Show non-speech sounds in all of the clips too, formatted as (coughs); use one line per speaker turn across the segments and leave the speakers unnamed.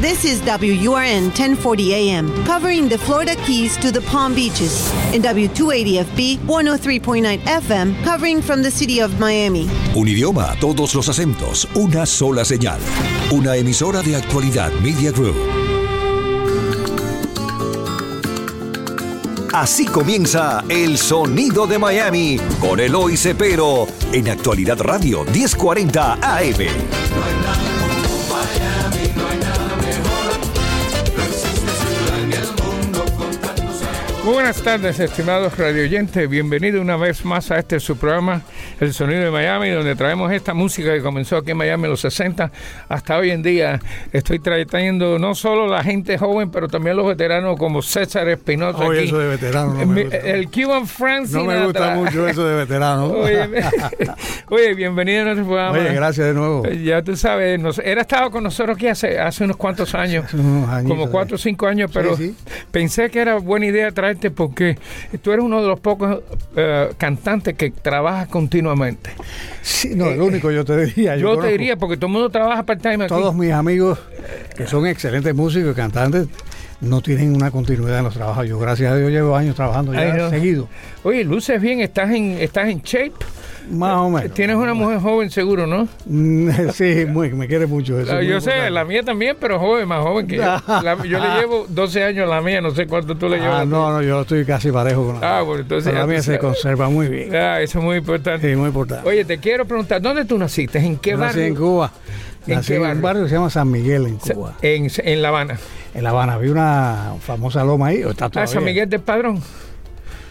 This is WURN 1040 AM, covering the Florida Keys to the Palm Beaches, and W280FB 103.9 FM, covering from the city of Miami.
Un idioma, todos los acentos, una sola señal. Una emisora de actualidad Media Group. Así comienza El Sonido de Miami con Eloy Cepero en Actualidad Radio 1040 AM.
Muy buenas tardes, estimados radioyentes. Bienvenido una vez más a este su programa, El Sonido de Miami, donde traemos esta música que comenzó aquí en Miami en los 60 hasta hoy en día. Estoy trayendo no solo la gente joven, pero también los veteranos como César Espinosa.
Oye,
aquí.
eso de veterano
Mi-
no me gusta.
el Cuban Frank
No me gusta
Sinatra.
mucho eso de
(laughs)
veterano. (laughs)
Oye, me- oye, bienvenido a nuestro programa.
Oye, gracias de nuevo.
Eh, Ya tú sabes, nos, él ha estado con nosotros aquí hace, hace unos cuantos años,
unos añitos,
como cuatro o cinco años,
Sí,
pero
sí.
pensé que era buena idea traerte porque tú eres uno de los pocos eh, cantantes que trabaja continuamente.
Sí, no, el único yo te diría.
Eh, Yo,
conozco
te diría, porque todo el mundo trabaja part-time aquí.
Todos mis amigos que son excelentes músicos y cantantes no tienen una continuidad en los trabajos. Yo, gracias a Dios, llevo años trabajando ya
Ay, no.
seguido.
Oye, luces bien, estás en, estás en shape.
Más o menos.
Tienes una mujer joven seguro, ¿no?
Mm, (laughs) sí, muy, me quiere mucho eso.
Ah,
es muy
yo sé,
importante.
la mía también, pero joven, más joven
(laughs)
que yo. La- yo le llevo 12 años a la mía, no sé cuánto tú le llevas. a
Ah,
la
no, no, yo estoy casi parejo con la
Ah, bueno, entonces
Pero
ya
la
tú
mía se
sabes.
conserva muy bien.
tuya. Ah, eso es muy importante.
Sí, muy importante.
Oye, te quiero preguntar, ¿dónde tú naciste? ¿En qué
Yo nací
barrio?
en Cuba.
¿En
Nací
qué
en
barrio?
un barrio que se llama San Miguel, en
Se-
Cuba.
En, en La Habana.
En La Habana había una famosa loma ahí, o está
Ah,
todavía.
San Miguel del Padrón.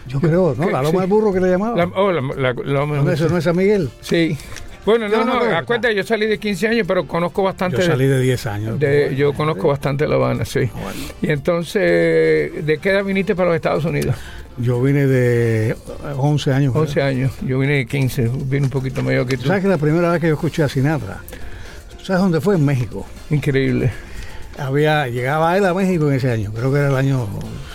Yo creo, ¿no? La
Sí.
loma del burro que le llamaban.
La- oh, la- la- la-
No, eso no es San Miguel.
Sí. Bueno, no,
Yo no
no,
creo.
acuérdate, yo salí de 15 años, pero conozco bastante.
Yo
de-
salí de Ah, 10 años.
de- yo conozco bastante La Habana, sí. Y entonces, ¿de qué edad viniste para los Estados Unidos?
Yo vine de 11 años. creo.
11 años. Yo vine de 15, vine un poquito mayor que
¿Tú
tú.
¿Sabes que la primera vez que yo escuché a Sinatra? ¿Sabes dónde fue? En México.
Increíble.
Había, llegaba él a México en ese año, creo que era el año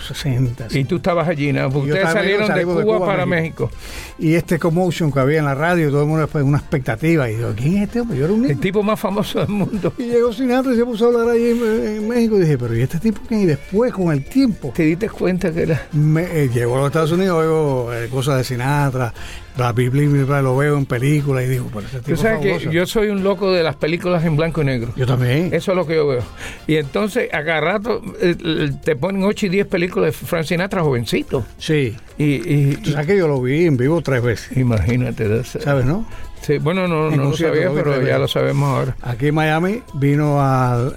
60.
Y tú estabas allí, ¿no? Porque
Yo
ustedes
también
salieron de
salimos
Cuba,
de Cuba a
para México.
México. Y este commotion que había en la radio, todo el mundo después una expectativa. Y yo, ¿quién es este hombre? Yo era un niño.
El tipo más famoso del mundo.
Y llegó Sinatra y se puso a hablar ahí en, en México. Y dije, pero ¿y este tipo quién? Y después, con el tiempo,
¿Te diste cuenta que era?
Me, eh, llego a los Estados Unidos, veo eh, cosas de Sinatra, la Biblia, lo veo en películas y digo, pero ese tipo
Tú
es
sabes que
fabuloso.
yo soy un loco de las películas en blanco y negro.
Yo también.
Eso es lo que yo veo. Y entonces, a cada rato, eh, eh, te ponen 8 y 10 películas de Frank Sinatra jovencito.
Sí.
Y, y-
Tú sabes que yo lo vi en vivo tres veces,
imagínate. de esa-
¿sabes, no?
Sí, bueno, no,
En
no lo
concierto
sabía,
lo vi,
pero
pero-
ya lo sabemos ahora.
Aquí en Miami vino al...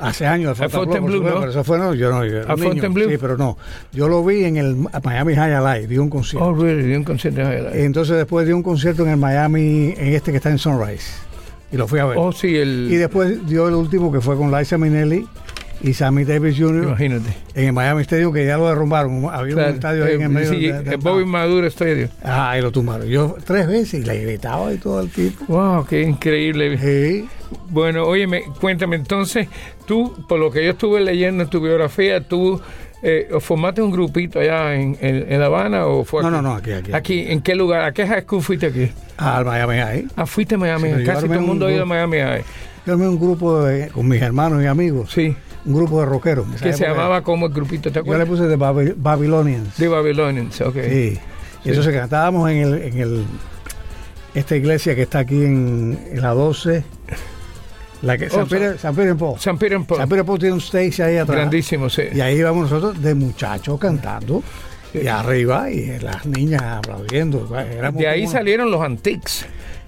Hace años,
A Fontainebleau,
por supuesto,
¿no?
pero eso fue, no, yo no, yo era
A
un niño,
Fontainebleau.
Sí, pero no. Yo lo vi en el Miami High Alive, dio un concierto.
Oh, really, di un concierto de Highlight.
Entonces después dio un concierto en el Miami, en este que está en Sunrise. Y lo fui a ver.
Oh, sí, el.
Y después dio el último que fue con Liza Minnelli y Sammy Davis Jr.
imagínate.
en el Miami Stadium, que ya lo derrumbaron. Había
Claro,
un estadio ahí en
eh,
el medio.
sí,
de- de-
el Bobby Maduro Stadium.
Ah, y lo tumbaron. Yo tres veces y le gritaba y todo el tipo.
Wow, qué
Eh,
increíble.
Sí.
Bueno, óyeme, cuéntame entonces, tú, por lo que yo estuve leyendo en tu biografía, tú eh, formaste un grupito allá en, en- en La Habana o fue
No,
aquí?
no, no, aquí, aquí.
Aquí, ¿en qué lugar? ¿A qué high school fuiste aquí?
Al Miami ahí.
Ah, fuiste a Miami.
Sí,
Casi
pero yo armé
todo el
un
mundo ha ido a
grupo.
Miami. High.
Yo armé un grupo de- con mis hermanos y amigos.
Sí,
Un grupo de rockeros. en esa
que se
época.
llamaba como el grupito, ¿te
Yo le
acuerdas?
puse de Baby- Babylonians.
De Babylonians, ok.
Sí. Y entonces cantábamos en el, en el esta iglesia que está aquí en, en la 12. La que, San,
Oh, San-
Pedro, San Pedro en Po. San
San Pedro and Paul,
Pedro en Po tiene un stage ahí atrás.
grandísimo, sí.
Y ahí íbamos nosotros de muchachos cantando. Y arriba, y las niñas aplaudiendo. Éramos
De ahí
como-
salieron los Antiques.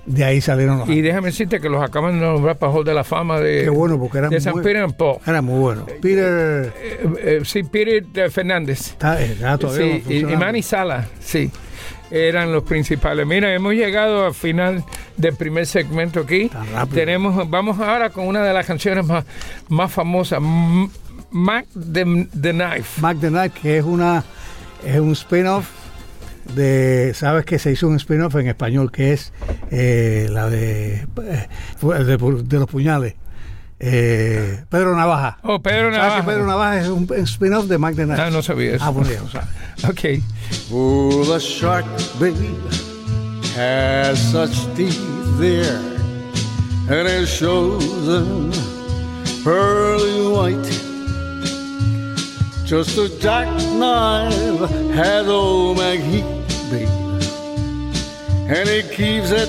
De ahí salieron los.
Y déjame decirte que los acaban de nombrar para Hall de la Fama de,
Qué bueno, porque eran
de San
muy- Ah.
Pedro and Paul.
Era muy bueno. Peter.
Eh, eh, sí, Peter eh, Fernández.
Está, está todavía
Sí, y, y
funcionando.
Manny Sala, sí. Eran los principales. Mira, hemos llegado al final del primer segmento aquí.
Tan rápido.
Tenemos, vamos ahora con una de las canciones más, más famosas, M- Mac the, the Knife.
Mac the Knife, que es una es un spin-off de sabes que se hizo un spin-off en español que es eh, la de, eh, fue- de pu- de los puñales Eh, Pedro Navaja
Oh, Pedro
¿Sabes
Navaja.
que Pedro Navaja es un spin-off de Mac the Knife
Ah, no sabía eso.
ah bueno ya lo sabes
(laughs) Ok.
Oh, the shark, baby, has such teeth there, and it shows them pearly white. Just a jackknife had old Maggie, babe, and he keeps it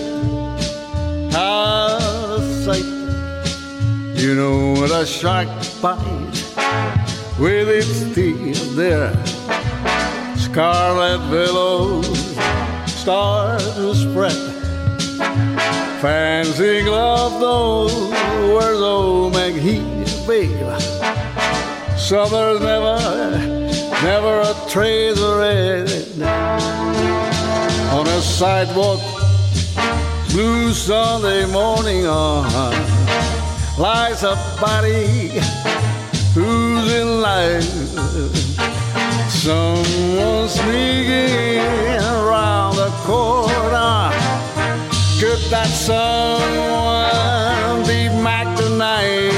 out of sight. You know what a shark bite with its teeth there, scarlet billows start to spread. Fancy glove, those were old McHeath, babe. Summer's never, never a trace of red. On a sidewalk, blue Sunday morning on, lies a body who's in life. Someone sneaking around the corner. Could that someone be Mac tonight?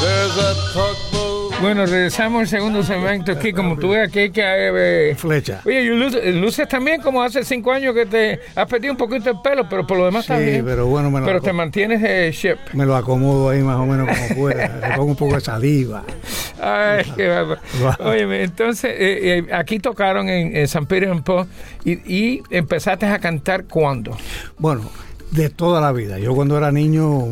There's a tugboat.
Bueno, regresamos al segundo segmento aquí, como tú ves aquí que hay... eh,
Flecha.
Oye, y luces, luces también como hace cinco años que te has perdido un poquito el pelo, pero por lo demás
Sí,
está bien.
pero bueno, me lo-
Pero te mantienes eh, ship.
Me lo acomodo ahí más o menos como pueda. Le pongo un poco de saliva. (laughs)
Ay, qué bárbaro.
Wow.
Óyeme, entonces, eh, eh, aquí tocaron en, en San Pedro en Po y, y empezaste a cantar cuando.
Bueno, de toda la vida. Yo cuando era niño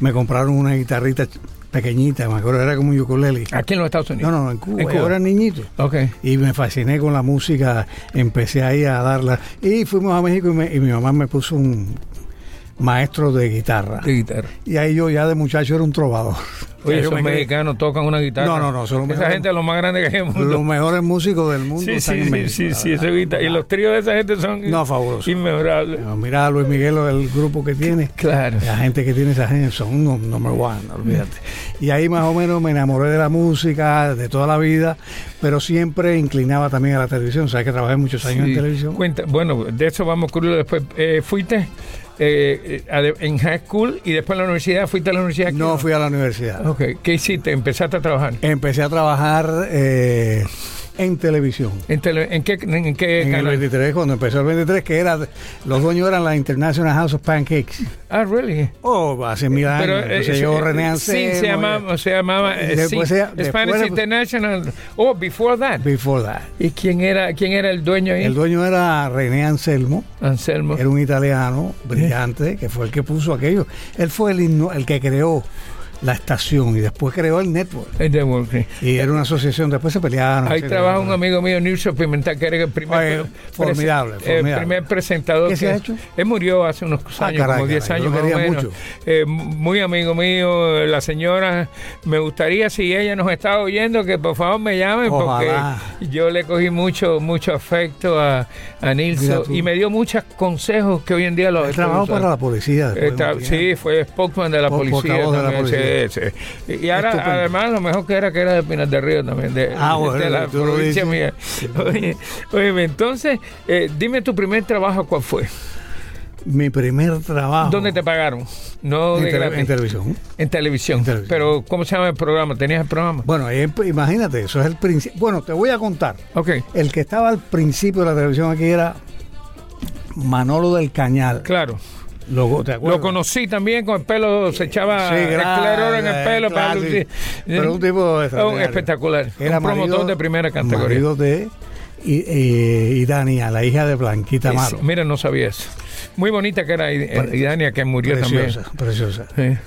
me compraron una guitarrita ch- pequeñita, me acuerdo, era como un ukulele.
Aquí en los Estados Unidos.
No, no, no, en Cuba. Yo era niñito.
Ok.
Y me fasciné con la música, empecé ahí a darla. Y fuimos a México y, me- y mi mamá me puso un maestro de guitarra.
De guitarra.
Y ahí yo ya de muchacho era un trovador.
Oye,
Ya yo
esos
me creí-
mexicanos tocan una guitarra.
No, no, no, son los
Esa
mejores.
gente es lo más grande que hay en el
Los
mundo.
mejores músicos del mundo
Sí,
están
sí,
en
sí,
México.
sí, sí, esa guitarra. Y los tríos de esa gente son
No, fabuloso.
inmejorables.
Mira a Luis Miguel, el grupo que tiene.
Claro.
La gente que tiene esa gente son uno- number one,
Mm.
olvídate. Y ahí más o menos me enamoré de la música, de toda la vida, pero siempre inclinaba también a la televisión. Sabes que trabajé muchos años
Sí,
en televisión.
Cuenta, bueno, de eso vamos a cubrirlo después. Eh, fuiste eh, eh, a de- en high school y después a la universidad. ¿Fuiste a la universidad? aquí?
No fui a la universidad.
Ok, ¿qué hiciste? ¿Empezaste a trabajar?
Empecé a trabajar eh, en televisión.
¿En, tele- en qué, en qué
En el
canal?
23, cuando empezó el 23, que era, los dueños eran la International House of Pancakes.
Ah, really?
Oh, hace mil años. Entonces
eh,
llegó
eh,
René
Sí,
Anselmo.
se llamaba, se llamaba eh,
Y después
sí,
se- después
Spanish
le-
International. Oh, before that.
Before that.
¿Y quién era, quién era el dueño ahí?
El dueño era René Anselmo.
Anselmo.
Era un italiano brillante que fue el que puso aquello. Él fue el, inno- el que creó la estación y después creó el network.
El eh, de Wall Street.
Y era una asociación, después se pelearon.
Ahí
etcétera.
trabaja un amigo mío, Nilson Pimentel, que era el primer,
Oye, formidable,
eh,
formidable.
primer presentador.
¿Qué se
que-
ha hecho?
Él murió hace unos
Ah,
años,
caray,
como 10
caray, yo
años
lo
más o
quería
menos.
mucho.
Eh, muy amigo mío, eh, la señora. Me gustaría, si ella nos está oyendo, que por favor me llamen,
Ojalá.
porque yo le cogí mucho mucho afecto a, a
Mira
Nilson
tú.
y me dio muchos consejos que hoy en día los
Él trabajó
estoy
para la policía. después de un
Está-
tiempo.
sí, fue spokesman de la
Por-
policía.
portavoz de la
también,
policía.
sí, sí. Y ahora,
Estupendo.
además, lo mejor que era que era de Pinar del Río también, de,
Ah,
de
bueno,
la
tú lo
provincia
dices.
mía. Oye, óyeme, entonces, eh, dime tu primer trabajo, ¿cuál fue?
Mi primer trabajo.
¿Dónde te pagaron? No
Ah, en,
de
tele-
gratis.
en televisión.
En televisión.
En televisión.
Pero, ¿cómo se llama el programa? ¿Tenías el programa?
Bueno, ahí empe- imagínate, eso es el principio. Bueno, te voy a contar.
Ok,
El que estaba al principio de la televisión aquí era Manolo del Cañal.
claro.
Lo,
Lo
¿te
Ah,
acuerdas?
conocí también con el pelo, se echaba
Sí, gra-
esclerón en el pelo para
claro, sí.
lucir.
Pero un tipo
Oh,
extraordinario.
espectacular.
Era
un promotor
marido-
de primera categoría.
Marido de y, y- y Dania, la hija de Blanquita
Es-
Malo.
mira, no sabía eso. Muy bonita que era Id-
Pare-
Idania, que murió
Preciosa, preciosa.
también.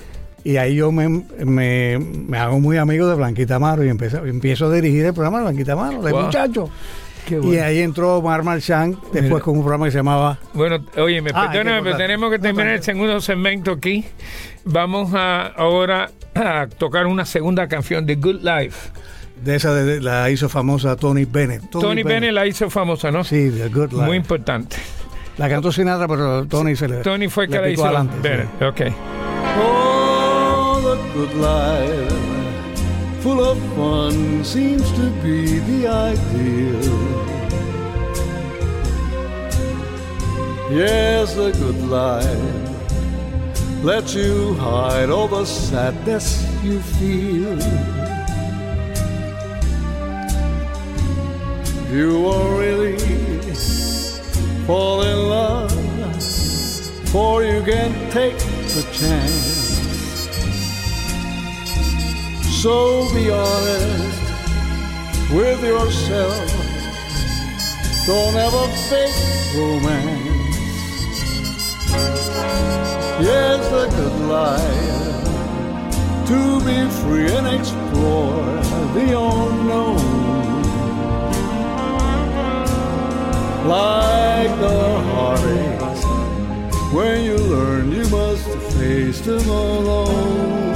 Sí.
Y ahí yo me, me, me hago muy amigo de Blanquita Amaro y empecé- empiezo a dirigir el programa de Blanquita Amaro, de
Wow.
muchacho.
Qué
Y
bueno. Eh,
ahí entró Omar Marchand, después con un programa que se llamaba
Bueno, oye, me
Ah, hay que
perdóname, pero
cortar.
tenemos que
No,
terminar el
tranquilo.
segundo segmento aquí. Vamos a ahora a tocar una segunda canción de Good Life.
de esa de, de- la hizo famosa Tony Bennett.
Tony, Bennett. la hizo famosa, ¿no?
Sí, The Good Life.
Muy importante.
la cantó Sinatra, pero Tony se le
Tony fue el que
le
la
picó
hizo.
adelante, sí.
Bennett, ok.
Oh, the good life, full of fun, seems to be the ideal. Yes, the good life lets you hide all the sadness you feel. You won't really fall in love for you can take the chance. So be honest with yourself. Don't ever fake romance. Yes, the good life to be free and explore the unknown. Like the heartaches when you learn you must face them alone.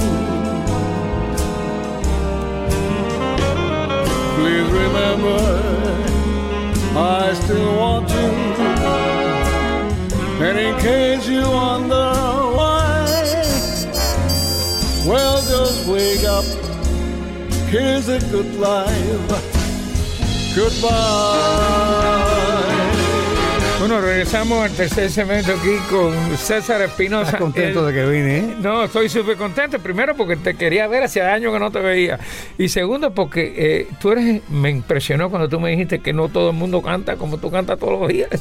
Please remember, I still want you. And in case you wonder why, well, just wake up. Here's a good life. Goodbye.
Bueno, regresamos al tercer segmento aquí con César Espinosa.
Estás contento
El-
de que vine, ¿eh?
No, estoy súper contento. Primero porque te quería ver hacía años que no te veía. Y segundo porque eh, tú eres, me impresionó cuando tú me dijiste que no todo el mundo canta como tú cantas todos los días. (laughs)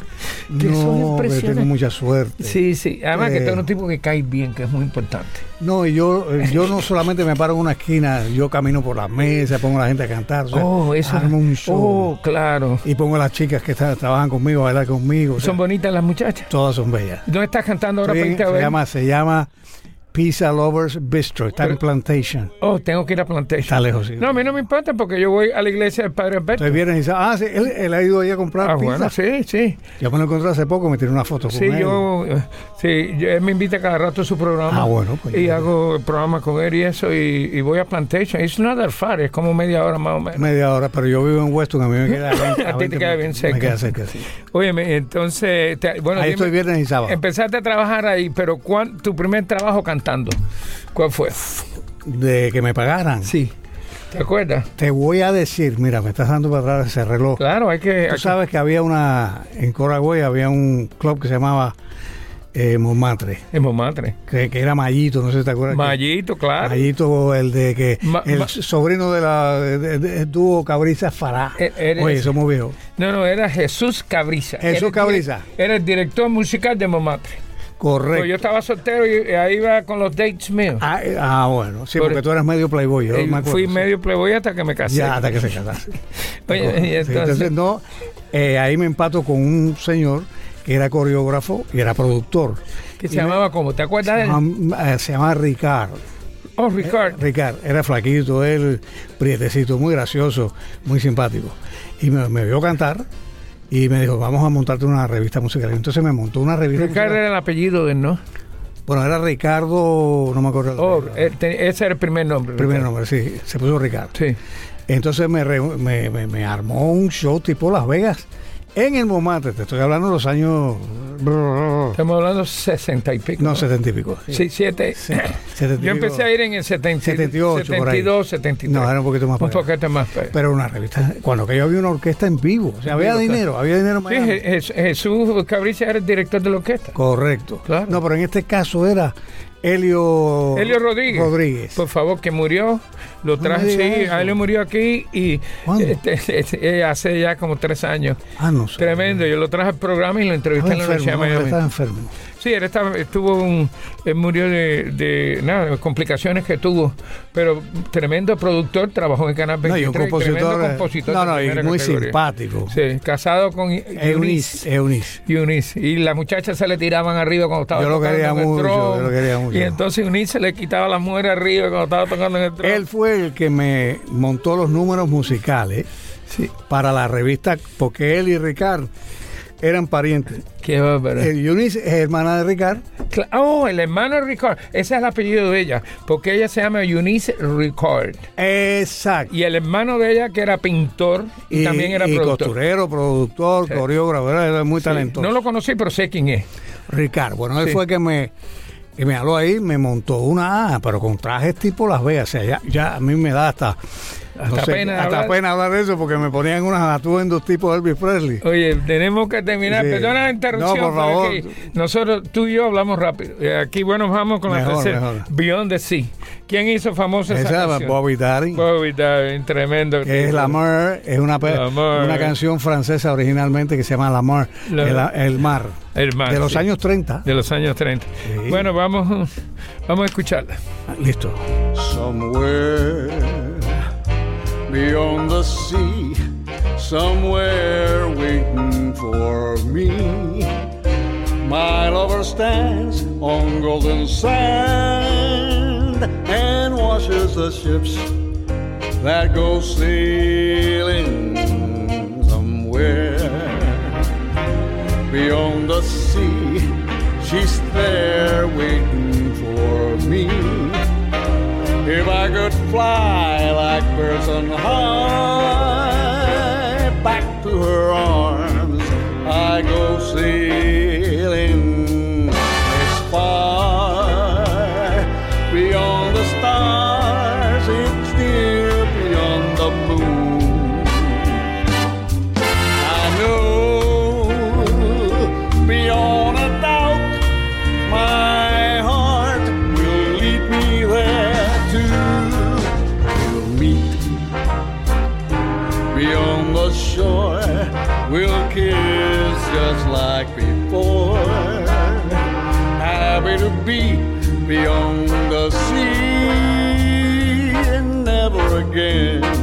Que eso es
No, pero tengo
impresionante.
mucha suerte.
Sí, sí. Además que
Eh.
tú eres un tipo que cae bien, que es muy importante.
No, y yo, eh, yo no solamente me paro en una esquina, yo camino por las mesas, pongo a la gente a cantar. o sea,
oh, eso.
armo un show.
Oh, claro.
Y pongo a las chicas que está- trabajan conmigo, a bailar conmigo. o sea,
Son bonitas las muchachas.
todas son bellas.
¿Dónde estás cantando ahora
Estoy en-
para ¿eh? irte a
se,
ver?
llama, se llama Pizza Lovers Bistro, está en
Pero-
Plantation.
Oh, tengo que ir a Plantation.
Está lejos, sí.
No, a mí no me importa porque yo voy a la iglesia del Padre Alberto.
Entonces vienen y dicen, ah, sí, él, él ha ido ahí a comprar
Ah,
pizza.
bueno, sí, sí.
Yo me lo encontré hace poco, me tiré una foto
Sí,
con él.
yo, eh, sí, yo- él me invita cada rato a su programa.
Ah, bueno, pues
Y
ya.
hago el programa con él y eso, y, y voy a Plantation. It's not that far, es como media hora más o menos.
Media hora, pero yo vivo en Weston, a mí me
(laughs)
queda a 20,
A ti te
20
queda bien
minutos.
cerca.
Me queda cerca, sí.
Óyeme, entonces, te- bueno,
Ahí
dime,
estoy viernes y sábado.
empezaste a trabajar ahí, pero ¿cuál, tu primer trabajo cantando, ¿cuál fue?
De que me pagaran.
Sí. ¿Te acuerdas?
Te voy a decir, mira, me estás dando para atrás ese reloj.
Claro, hay que... hay
Tú
que-
sabes que había una, en Coragüey había un club que se llamaba eh, Montmartre,
Es Montmartre.
que, que era Mallito, no sé si te acuerdas. que-
Mallito, claro.
Mallito, el de que
Ma-
el
ma-
sobrino de la de- de- de- dúo Cabriza Fará.
E- eres-
Oye, somos viejos.
No, no, era Jesús Cabriza.
Jesús
Era el dire-
Cabriza.
Era el director musical de Montmartre. Pues yo
Correcto.
estaba soltero y ahí iba con los dates míos.
Ah, eh, ah, bueno, sí,
Por-
porque tú eras medio playboy. Yo
Eh,
me acuerdo,
fui
sí.
medio playboy hasta que me casé.
Ya, hasta que se casaste.
(laughs) Oye,
Sí,
y
entonces,
entonces,
no, eh, ahí me empato con un señor que era coreógrafo y era productor.
que se
Y me-
llamaba como, ¿te acuerdas de él?
Am- eh, se llama Ricard.
Oh, Ricard.
Ricard, era flaquito, él, prietecito, muy gracioso, muy simpático. Y me, me vio cantar y me dijo, vamos a montarte una revista musical. Entonces me montó una revista
Ricard
musical.
era el apellido de él, ¿no?
Bueno, era Ricardo, no me acuerdo. el
Oh,
apellido.
él te- ese era el primer nombre.
primer
Ricard.
nombre, sí, se puso Ricardo.
Sí.
Entonces me, re- me, me- me armó un show tipo Las Vegas en el Momate. Te estoy hablando de los años.
Estamos hablando sesenta y pico.
No, setenta y pico.
Sí, siete.
Sí, setenta
(coughs)
y
Yo
pico.
empecé a ir en el 70,
78 por ahí.
72, 73.
No, era un poquito más
Un
para allá.
poquito más. para allá.
Pero una revista. Cuando que yo había una orquesta en vivo. O sea, había
vivo, claro.
dinero, había dinero en
Sí,
Miami.
Je- Je- Jesús Cabriza era el director de la orquesta.
Correcto.
Claro.
No, pero en este caso era Helio,
Elio Rodríguez. Pues,
Rodríguez.
Por favor, que murió. Lo
No
traje,
me digas
sí,
eso.
a Elio murió aquí y
¿Cuándo?
este, este, eh, hace ya como tres años.
ah, no sé.
Tremendo, yo lo traje al programa y lo entrevisté
Estaba
en la Universidad
enfermo,
de
no,
Miami.
estaba enfermo.
Sí, él, estaba- estuvo un, él murió de, de nada, complicaciones que tuvo, pero tremendo productor, trabajó en Canal
No, y
23,
un compositor.
tremendo
eh,
compositor
no,
de
no, y
primera
muy
categoría.
simpático.
Sí, casado con Eunice.
Eunice. Eunice.
Y Eunice. Y las muchachas se le tiraban arriba cuando estaba
Yo lo
tocando
quería
en el
mucho,
tron.
yo lo quería mucho.
Y entonces Eunice le quitaba las mujeres arriba cuando estaba tocando en el tron.
Él fue el que me montó los números musicales
Sí.
para la revista, porque él y Ricard eran parientes.
Qué bárbaro.
El Eunice es hermana de Ricard.
Cla- Oh, el hermano de Ricard. Ese es el apellido de ella, porque ella se llama Eunice Ricard.
Exacto.
Y el hermano de ella, que era pintor y, también era
y
productor.
costurero, productor,
Sí.
coreógrafo, era era muy
Sí.
talentoso.
No lo conocí, pero sé quién es.
Ricard, bueno, él
Sí.
fue el que me, que me habló ahí, me montó una, ah, pero con trajes tipo Las Vegas. O sea, ya, ya a mí me da hasta. no sé,
pena
hasta
hablar.
pena hablar de eso porque me ponían unas atuendos tipo Elvis Presley.
Oye, tenemos que terminar.
Sí.
Perdona la interrupción.
No, por
pero
favor.
aquí nosotros, tú y yo, hablamos rápido. Eh, Aquí, bueno, vamos con la
Mejor,
tercera.
mejor.
Beyond the Sea. ¿Quién hizo famosa (laughs) esa,
Esa es
canción?
Bobby Darin.
Bobby Darin, tremendo.
que es La Mer, es una, pe-
La Mer.
una canción francesa originalmente que se llama La Mer,
La-
el, el mar,
El mar,
de los
sí.
años 30.
De los años 30.
Sí.
Bueno, vamos, vamos a escucharla.
Listo.
somewhere beyond the sea, somewhere waiting for me. My lover stands on golden sand and washes the ships that go sailing somewhere beyond the sea. She's there waiting for me. If I could fly like birds on high, back to her arms I go sailing. It's far beyond the stars, it's near beyond the moon. I know beyond a doubt my heart will lead me there too. We'll meet beyond the shore. We'll kiss just like before. Happy to be beyond the sea. And never again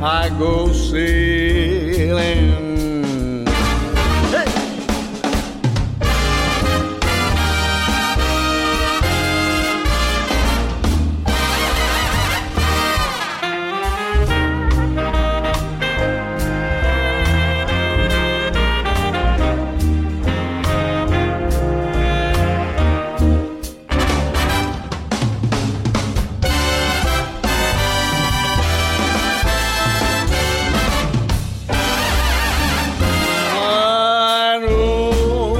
I go sailing. Hey! I know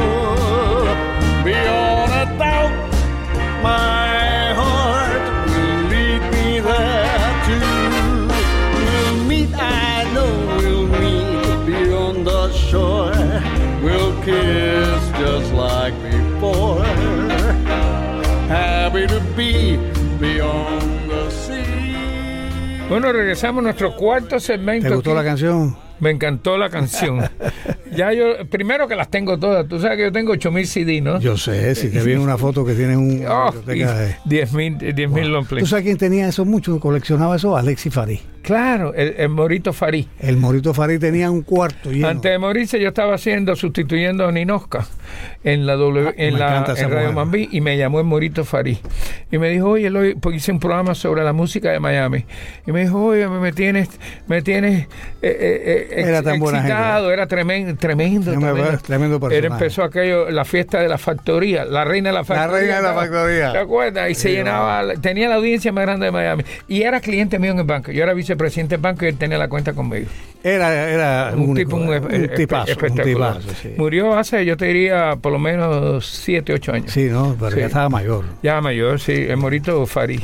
beyond a doubt my heart will lead me there too. We'll meet, I know we'll meet beyond the shore. We'll kiss just like before. Happy to be beyond the sea.
Bueno, regresamos a nuestro cuarto segmento.
¿Te gustó
aquí.
la canción?
Me encantó la
(laughs)
canción. ya yo, primero que las tengo todas. Tú sabes que yo tengo 8000 CD, ¿no?
Yo sé, si te viene una foto que tienes un...
Oh, y
biblioteca de-
10.000 10.000 long play.
¿Tú sabes quién tenía eso mucho? Coleccionaba eso Alexi Farí.
Claro, el, el Morito Farí.
El Morito Farí tenía un cuarto lleno.
Antes de morirse yo estaba haciendo, sustituyendo a Ninosca en la, w, en
Ah, me
la
encanta esa
en Radio
mujer.
Mambí y me llamó el Morito Farí. Y me dijo, oye, Eloy", porque hice un programa sobre la música de Miami. Y me dijo, oye, me, me tienes, me tienes eh, eh, eh,
Era
ex-
tan buena gente.
excitado, era tremendo, tremendo.
No me
tremendo.
acuerdo, tremendo
Él
personaje.
empezó aquello, la fiesta de la factoría, la reina de la factoría.
reina de la
estaba-
factoría.
¿Te acuerdas? Y se
Sí,
llenaba, tenía la audiencia más grande de Miami. Y era cliente mío en el banco. Yo era vicepresidente del banco y él tenía la cuenta conmigo
Era, era
un
único,
tipo un,
un
espe-
tipazo, un
espectacular.
tipazo, sí.
Murió hace, yo te diría, por lo menos 7, 8 años.
Sí, no, pero
Sí.
ya estaba mayor.
Ya mayor, sí. El Morito Farí.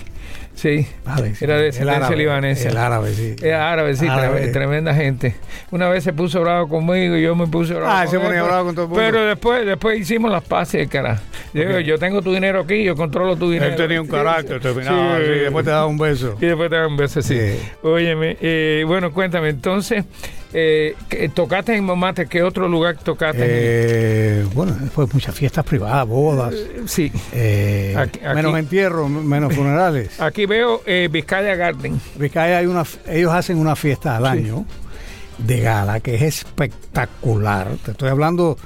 Sí.
Vale, Ah, sí.
Era de
El
descendencia
árabe,
libanesa.
el árabe, sí.
Era árabe, sí.
Árabe.
tre- Tremenda gente. Una vez se puso bravo conmigo y yo me puse bravo.
Ah, se
él,
ponía
pero-
bravo con todo el mundo.
Pero después, después hicimos las paces, cara. Yo, digo, yo tengo tu dinero aquí, yo controlo tu dinero.
Él tenía un
Sí,
carácter,
sí.
terminaba
Sí.
así, después te daba un beso.
Y después te dan un beso, sí.
Sí.
Óyeme, eh, bueno, cuéntame, entonces, eh, que- ¿tocaste en Momate? ¿Qué otro lugar tocaste?
Eh, bueno, después muchas fiestas privadas, bodas,
sí.
eh,
Aquí- aquí-
menos entierros, menos
(laughs)
funerales.
Aquí veo eh, Vizcaya Garden.
Vizcaya hay una, ellos hacen una fiesta al año de gala que es espectacular. Te estoy hablando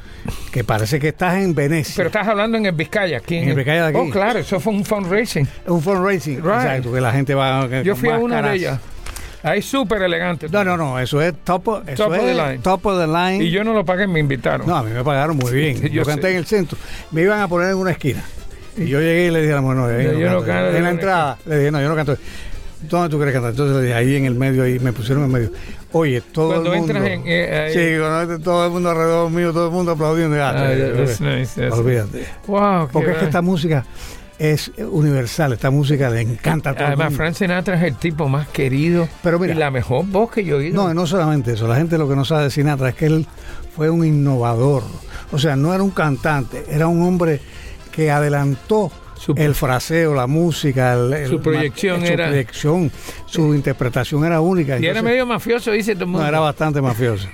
que parece que estás en Venecia.
Pero estás hablando en el Vizcaya. aquí
En el Vizcaya de aquí.
Oh, claro, eso fue un fundraising.
es un fundraising,
Right.
exacto, que la gente va eh,
Yo
con
fui a una de
máscaras.
ellas. Ahí súper elegante.
No, no, no, eso es top, of- eso
Top of the
es
line.
top of the line.
Y yo no lo pagué, me invitaron.
No, a mí me pagaron muy bien.
sí, yo
yo, canté
sé.
en el centro. Me iban a poner en una esquina. Y yo llegué y le dije a la mujer, no, ahí
Yo-
no
yo no
canto.
canto en
En
una
la entrada, le dije, no, yo no canto. ¿Dónde tú quieres cantar? Entonces le dije, ahí en el medio, ahí me pusieron en el medio. Oye, todo
Cuando
el mundo.
entras en- eh, ahí-
sí, cuando todo el mundo alrededor mío, todo el mundo aplaudiendo. Ah,
Ah,
eh,
that's nice, that's-
olvídate.
Wow, qué
Porque es que
gran-
esta música es universal, esta música le encanta a todo el
Además,
mundo.
Frank Sinatra es el tipo más querido
Pero mira-
y la mejor voz que yo he oído.
No, no solamente eso. La gente lo que no sabe de Sinatra es que él fue un innovador. O sea, no era un cantante, era un hombre que adelantó
Su-
el fraseo, la música, el- el-
Su proyección
su
era-
proyección, su interpretación era única.
Y era
Entonces,
medio mafioso, dice todo el mundo.
no, era bastante mafioso.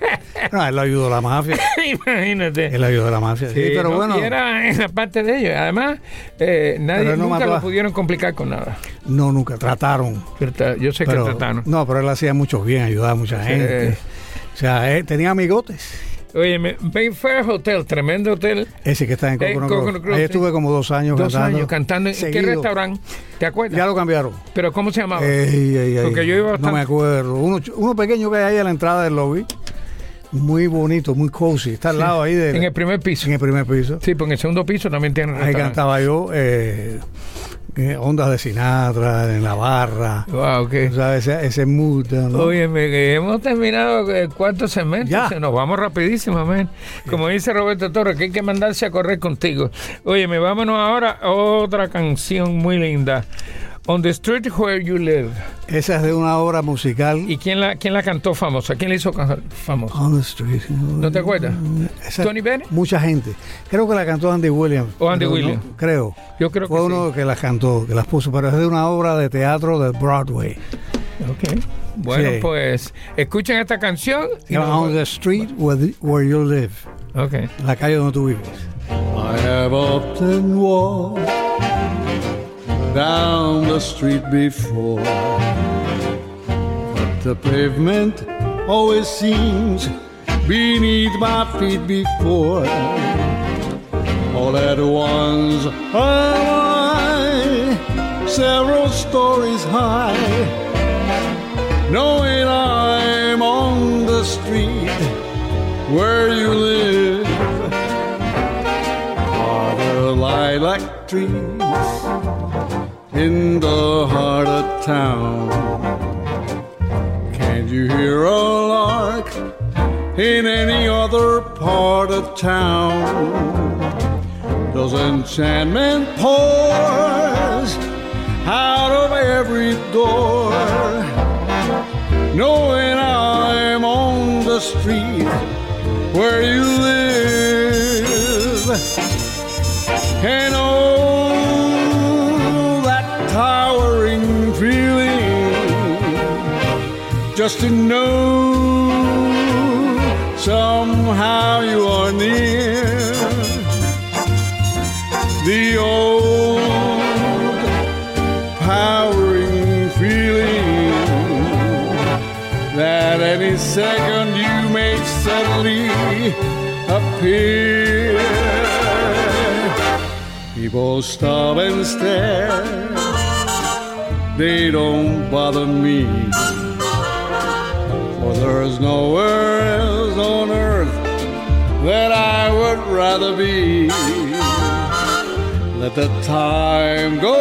No, él lo ayudó a la mafia.
(laughs) Imagínate.
Él lo ayudó a la mafia. Sí,
Sí,
pero
no,
bueno,
y era en la parte de ellos. Además, eh, nadie
Pero no
nunca
mató
lo
a-
pudieron complicar con nada.
no, nunca trataron.
Pero ta- Yo sé
Pero,
que trataron. Eh,
no, pero él hacía mucho bien, ayudaba a mucha gente. O sea, él tenía amigotes.
Oye, me- Bayfair Hotel, tremendo hotel.
Ese que está en
Eh,
Coconut
Coconut
Grove.
Grove,
Ahí
sí.
estuve como dos años
Dos
cantando.
años cantando. ¿En qué
seguido.
restaurante? ¿Te acuerdas?
Ya lo Eh, cambiaron.
Pero ¿cómo se llamaba?
Ey, ey, ey.
Porque yo iba
No
bastante-
me acuerdo. Uno, ch- uno pequeño que hay ahí a la entrada del lobby. Muy bonito, muy cozy. Está al lado ahí de,
en el primer piso.
en el primer piso.
Sí, porque en el segundo piso también tienen
Ahí
restaurante.
cantaba yo eh, eh, Ondas de Sinatra, en la barra.
Wow, qué.
Tú sabes, Ese, ese mood. ¿no?
Oye, que hemos terminado el cuarto segmento.
Ya.
Se nos vamos rapidísimo, man. Como dice Roberto Torres, que hay que mandarse a correr contigo. Oye, me vámonos ahora a otra canción muy linda. On the Street Where You Live.
Esa es de una obra musical.
¿Y quién la, quién la cantó famosa? ¿Quién la hizo can- famosa?
On the street.
¿No te acuerdas?
Mm, Esa-
¿Tony Bennett?
Mucha gente. Creo que la cantó Andy Williams.
O Andy
pero no-
Williams.
creo.
Yo creo que
Fue uno que las cantó, que las puso, pero es de una obra de teatro de Broadway.
sí. Ok. Bueno,
Sí.
pues escuchen esta canción. y nos-
On the street where, where you live,
Ok.
en la calle donde tú vives.
I have often walked down the street before, but the pavement always seems beneath my feet before. All at once, I, several stories high, knowing I'm on the street where you live are the lilac trees in the heart of town. Can't you hear a lark in any other part of town? Those enchantment pours out of every door, knowing I'm on the street where you live. And oh, that towering feeling just to know somehow you are near. The old powering feeling that any second you may suddenly appear. People stop and stare, they don't bother me. For there's nowhere else on earth that I would rather be. Let the time go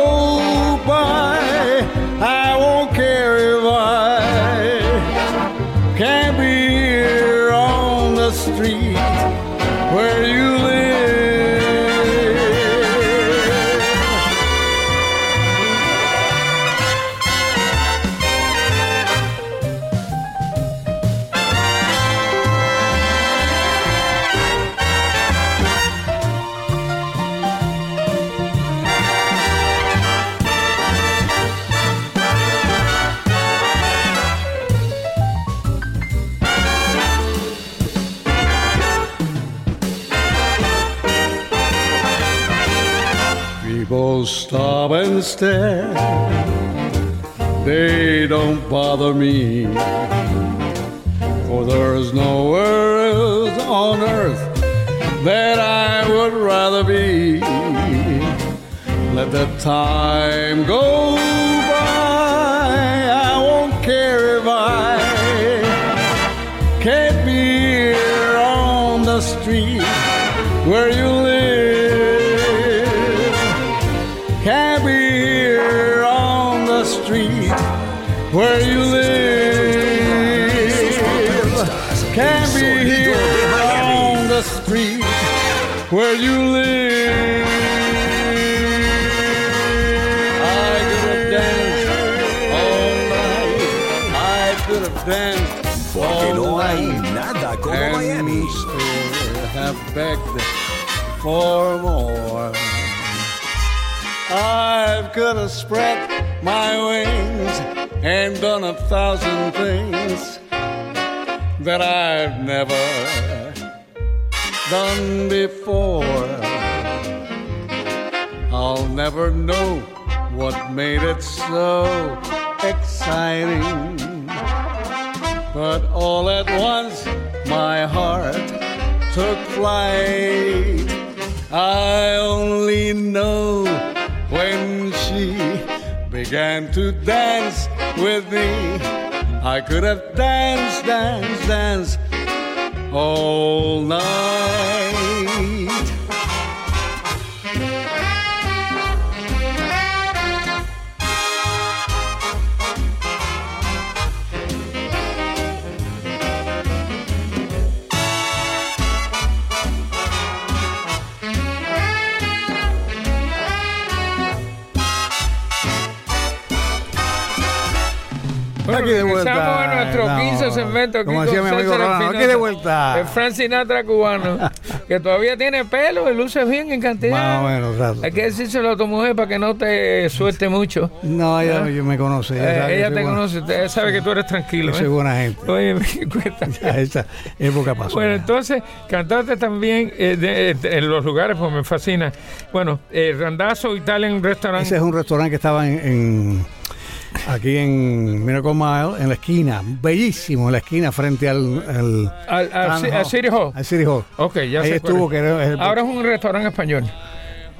by, I won't care if I can be here on the street where you live. People stop and stare. They don't bother me. For there's nowhere else on earth that I would rather be. Let the time go by. I won't care if I can't be here on the street where you live. Can't be here on the street where you live. Can't be here on the street where you live. I could have danced all night. I could have danced
Porque
all
no hay
night.
nada como
And
Miami.
still have begged for more. I've gotta spread my wings and done a thousand things that I've never done before. I'll never know what made it so exciting. But all at once, my heart took flight. I only know when she began to dance with me. I could have danced, danced, danced all night.
Bueno,
Aquí de vuelta.
regresamos a nuestro
No,
15 segmento. aquí
como
con
decía mi amigo
César
Rolando,
Espinosa,
aquí de vuelta.
El Frank Sinatra
(laughs)
cubano, que todavía tiene pelo y luce bien en cantidad.
Más o menos, rato.
Hay que decírselo a tu mujer para que no te suelte mucho.
No, ella yo me conoce.
Eh,
sabe que
ella
soy
te
buena-
conoce, te- ella sabe que tú eres tranquilo.
Yo soy
¿eh?
buena gente.
(laughs)
(laughs)
Oye, me cuenta.
Ya esa época pasó.
Bueno,
ya.
entonces, cantaste también eh, de- de- en los lugares, pues me fascina. Bueno, eh, Randazo Italian Restaurant.
Ese es un restaurante que estaba en, en- aquí en Miracle Mile, en la esquina, bellísimo, en la esquina frente al, al,
Al- al
Town
Ci- al City Hall.
Al City Hall.
Ok, ya
Ahí
sé cuál
estuvo,
es.
que era el-
Ahora es un restaurante español.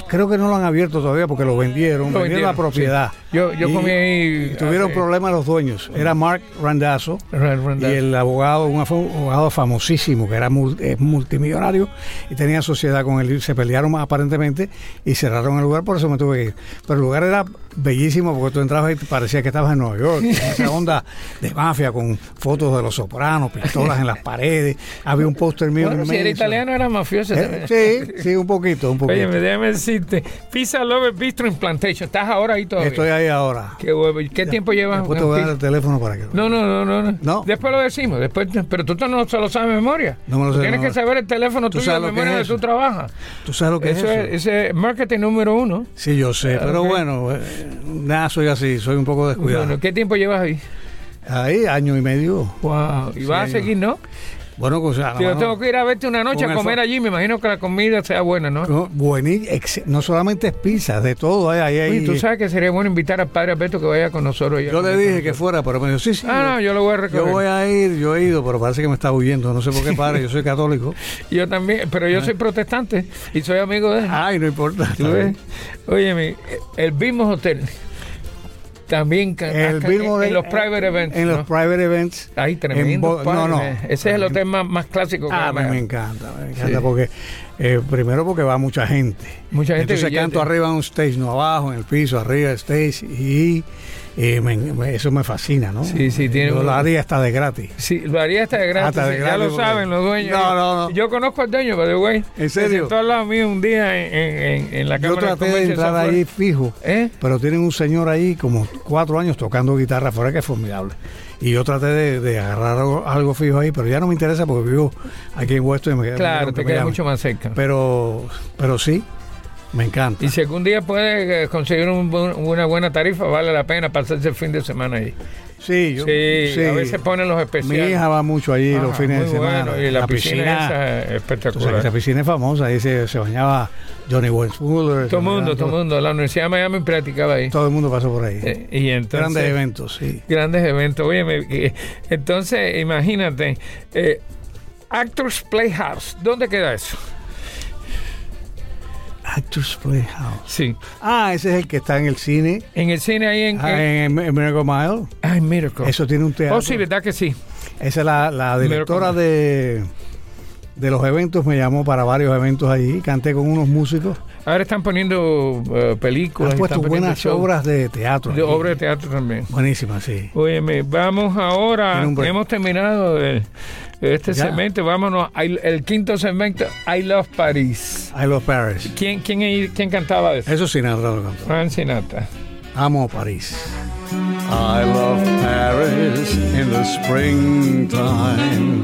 creo que no lo han abierto todavía porque lo vendieron,
Lo
vendieron,
vendieron,
la propiedad.
sí. Yo- yo comí ahí
y Tuvieron
hace-
problemas los dueños. Era Mark Randazzo
Ra- Randazzo.
y el abogado, un afo- abogado famosísimo que era mul- eh, multimillonario y tenía sociedad con él. y Se pelearon aparentemente y cerraron el lugar, por eso me tuve que ir. Pero el lugar era bellísimo porque tú entrabas y te parecía que estabas en Nueva
(laughs)
York, con esa onda de mafia con fotos de los sopranos, pistolas en las paredes. Había un póster mío.
Bueno, si era
inmenso.
italiano, era mafioso.
Eh,
también.
Sí, sí, un poquito, un poquito.
Oye, me- déjame decirte, Pizza Lover Bistro in Plantation. ¿Estás ahora ahí todavía?
Estoy ahí ahora.
Qué huevo. ¿Y ¿Qué tiempo llevas?
Después te voy a dar
en
el
Pizza?
teléfono para que lo-
No, no, no, no, no.
No.
Después lo decimos. Después, pero tú no se lo sabes de memoria.
No me lo
Tú
sé de
Tienes que
memoria.
saber el teléfono
¿Tú
tuyo de
sabes lo que
memoria
es
de
eso?
tú trabajas.
¿Tú sabes lo que
Eso es, ese es marketing número uno.
Sí, yo sé, pero
ok.
bueno, eh, nada, soy así, soy un poco descuidado.
Bueno, ¿qué tiempo llevas ahí?
Ahí, año y medio.
Wow. Y vas a
años.
seguir, ¿no?
Bueno, o sea, a la
Si yo
mano-
tengo que ir a verte una noche
Ah, Con
a
el
comer
fo-
allí, me imagino que la comida sea buena, ¿no?
no, buení- ex- no solamente es pizza, de todo hay ahí.
Y tú sabes que sería bueno invitar al padre Alberto que vaya con nosotros.
Yo le dije que fuera, pero me dijo, sí, sí.
Ah, no, yo lo voy a recoger.
yo voy a ir, yo he ido, pero parece que me está huyendo. No sé por qué, padre, yo
(laughs)
soy católico.
Yo también, pero yo soy protestante y soy amigo de él.
Ay, no importa. Ah. está
¿Tú ves?
bien.
Óyeme, el Bimos Hotel también can-
El
can-
Billboard-
en los private events.
En los
¿no?
private events.
Ahí tremendo.
En Bo-
padre.
no, no.
eh. Ese es el hotel más, más clásico que
Ah,
hay.
me, me encanta, me encanta
Sí.
porque eh, primero porque va mucha gente.
Mucha gente
Entonces
brillante.
canto arriba en un stage, no abajo, en el piso, arriba del stage y eh, me- me- eso me fascina, ¿no?
Sí, sí, tiene
Yo
un-
lo haría hasta de gratis.
Sí, lo haría hasta de gratis.
Hasta de
sí,
gratis,
ya lo
porque-
saben los dueños.
No, no, no.
Yo conozco al dueño, by the way.
¿En serio?
Se sentó al lado mío un día en, en- en- en la
Yo
cámara
traté de
comercio
entrar
San
ahí
Juan.
fijo,
¿Eh?
pero tienen un señor ahí como cuatro años tocando guitarra afuera que es formidable. Y yo traté de, de agarrar algo, algo fijo ahí, pero ya no me interesa porque vivo aquí en Weston y me queda-
Claro,
me
te
me
queda
llaman.
mucho más cerca.
Pero, pero sí, me encanta.
Y si algún día puedes eh, conseguir un bu- una buena tarifa, vale la pena pasarse el fin de semana ahí.
Sí, yo-
Sí,
sí.
a veces ponen los
Mi
especiales.
hija va mucho allí
Ajá,
los fines
muy
de semana.
bueno, y la, piscina, esa es
tú sabes que
espectacular.
esa piscina es famosa, ahí se, se bañaba Johnny Westmuller. se
todo el mundo,
bañaba
todo el mundo. La Universidad de Miami practicaba ahí.
Todo el mundo pasó por ahí.
Eh, y entonces,
Grandes eventos, sí.
grandes eventos. Oye, me- eh, entonces imagínate, eh, Actors Playhouse, ¿dónde queda eso?
Actors Playhouse.
Sí,
Ah, ese es el que está en el cine,
en el cine ahí en...
ah,
en-
en, en Miracle Mile.
ay, Miracle.
Eso tiene un teatro.
Oh, sí, verdad que sí.
Esa es la, la directora
Miracle
de, de los eventos, me llamó para varios eventos allí. Canté con unos músicos.
Ahora están poniendo eh, películas.
Han
y
puesto
están poniendo
buenas
shows.
obras de teatro.
De
allí.
obra de teatro también.
Buenísimas, sí.
Óyeme, vamos ahora.
Tiene un break.
Hemos terminado el- este
Ya.
segmento. Vámonos al el quinto segmento. I Love Paris.
I Love Paris.
¿Quién, quién, ahí- quién cantaba eso?
Eso sí, Sinatra lo cantó.
Frank Sinatra.
Amo París.
I love Paris in the springtime.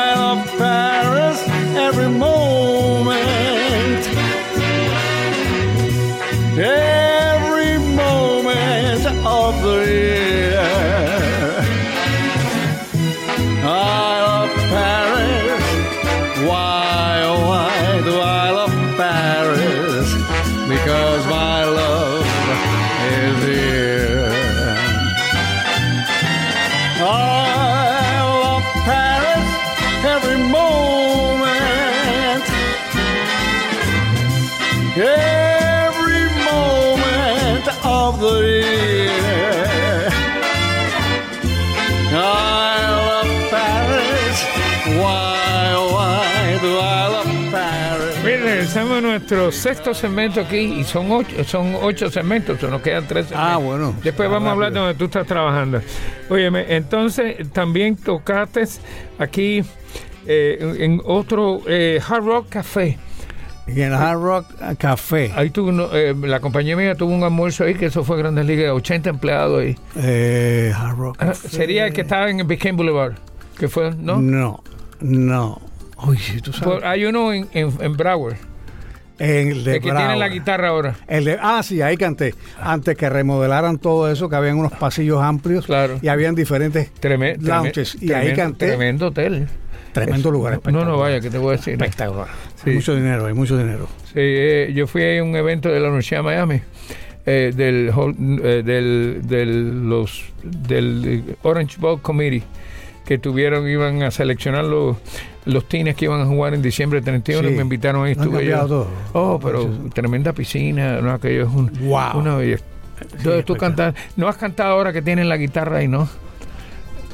love Paris every moment. Every moment of the year. I love Paris. Why, oh, why do I love Paris? Because my love is here. I love Paris every moment. Every moment of the year. I love Paris. Why, oh, why do I love Paris?
Bien, regresamos a nuestro sexto segmento aquí y son ocho, son ocho segmentos, so nos quedan tres.
Ah,
segmentos.
bueno,
Después
está
vamos a hablar de
rápido.
donde tú estás trabajando. Óyeme, entonces también tocaste aquí eh, en otro eh, Hard Rock Café.
En el Hard Rock Café.
Ahí tuvo uno, eh, la compañía mía tuvo un almuerzo ahí que eso fue Grandes Ligas, 80 empleados ahí.
Eh, Hard Rock
Ah,
Café.
(laughs) Sería el que estaba en el Biscayne Boulevard, que fue, ¿no?
No, no. Oye, tú sabes.
Por- hay uno en, en, en Broward,
el de
el que tiene la
Broward.
guitarra ahora.
El de- ah, sí, ahí canté. Antes que remodelaran todo eso, que habían unos pasillos amplios
Claro.
y habían diferentes
Treme- treme-
lounges. y ahí
tremendo-
canté.
Tremendo hotel.
Tremendo lugar.
No,
espectacular.
no, vaya, que te voy a decir.
Espectacular.
Sí.
Mucho dinero, hay mucho dinero.
Sí, eh, yo fui a un evento de la Universidad de Miami, eh, del, hol- eh, del, del- los, del eh, Orange Bowl Committee, que tuvieron, iban a seleccionar los, los teams que iban a jugar en diciembre del 31 y
Sí.
me invitaron ahí.
Lo han
estuve
cambiado
yo.
todo.
Oh, pero tremenda piscina, no, aquello es un,
Wow.
una belleza. Entonces tú
espectacular.
cantas, no has cantado ahora que tienen la guitarra ahí, ¿no?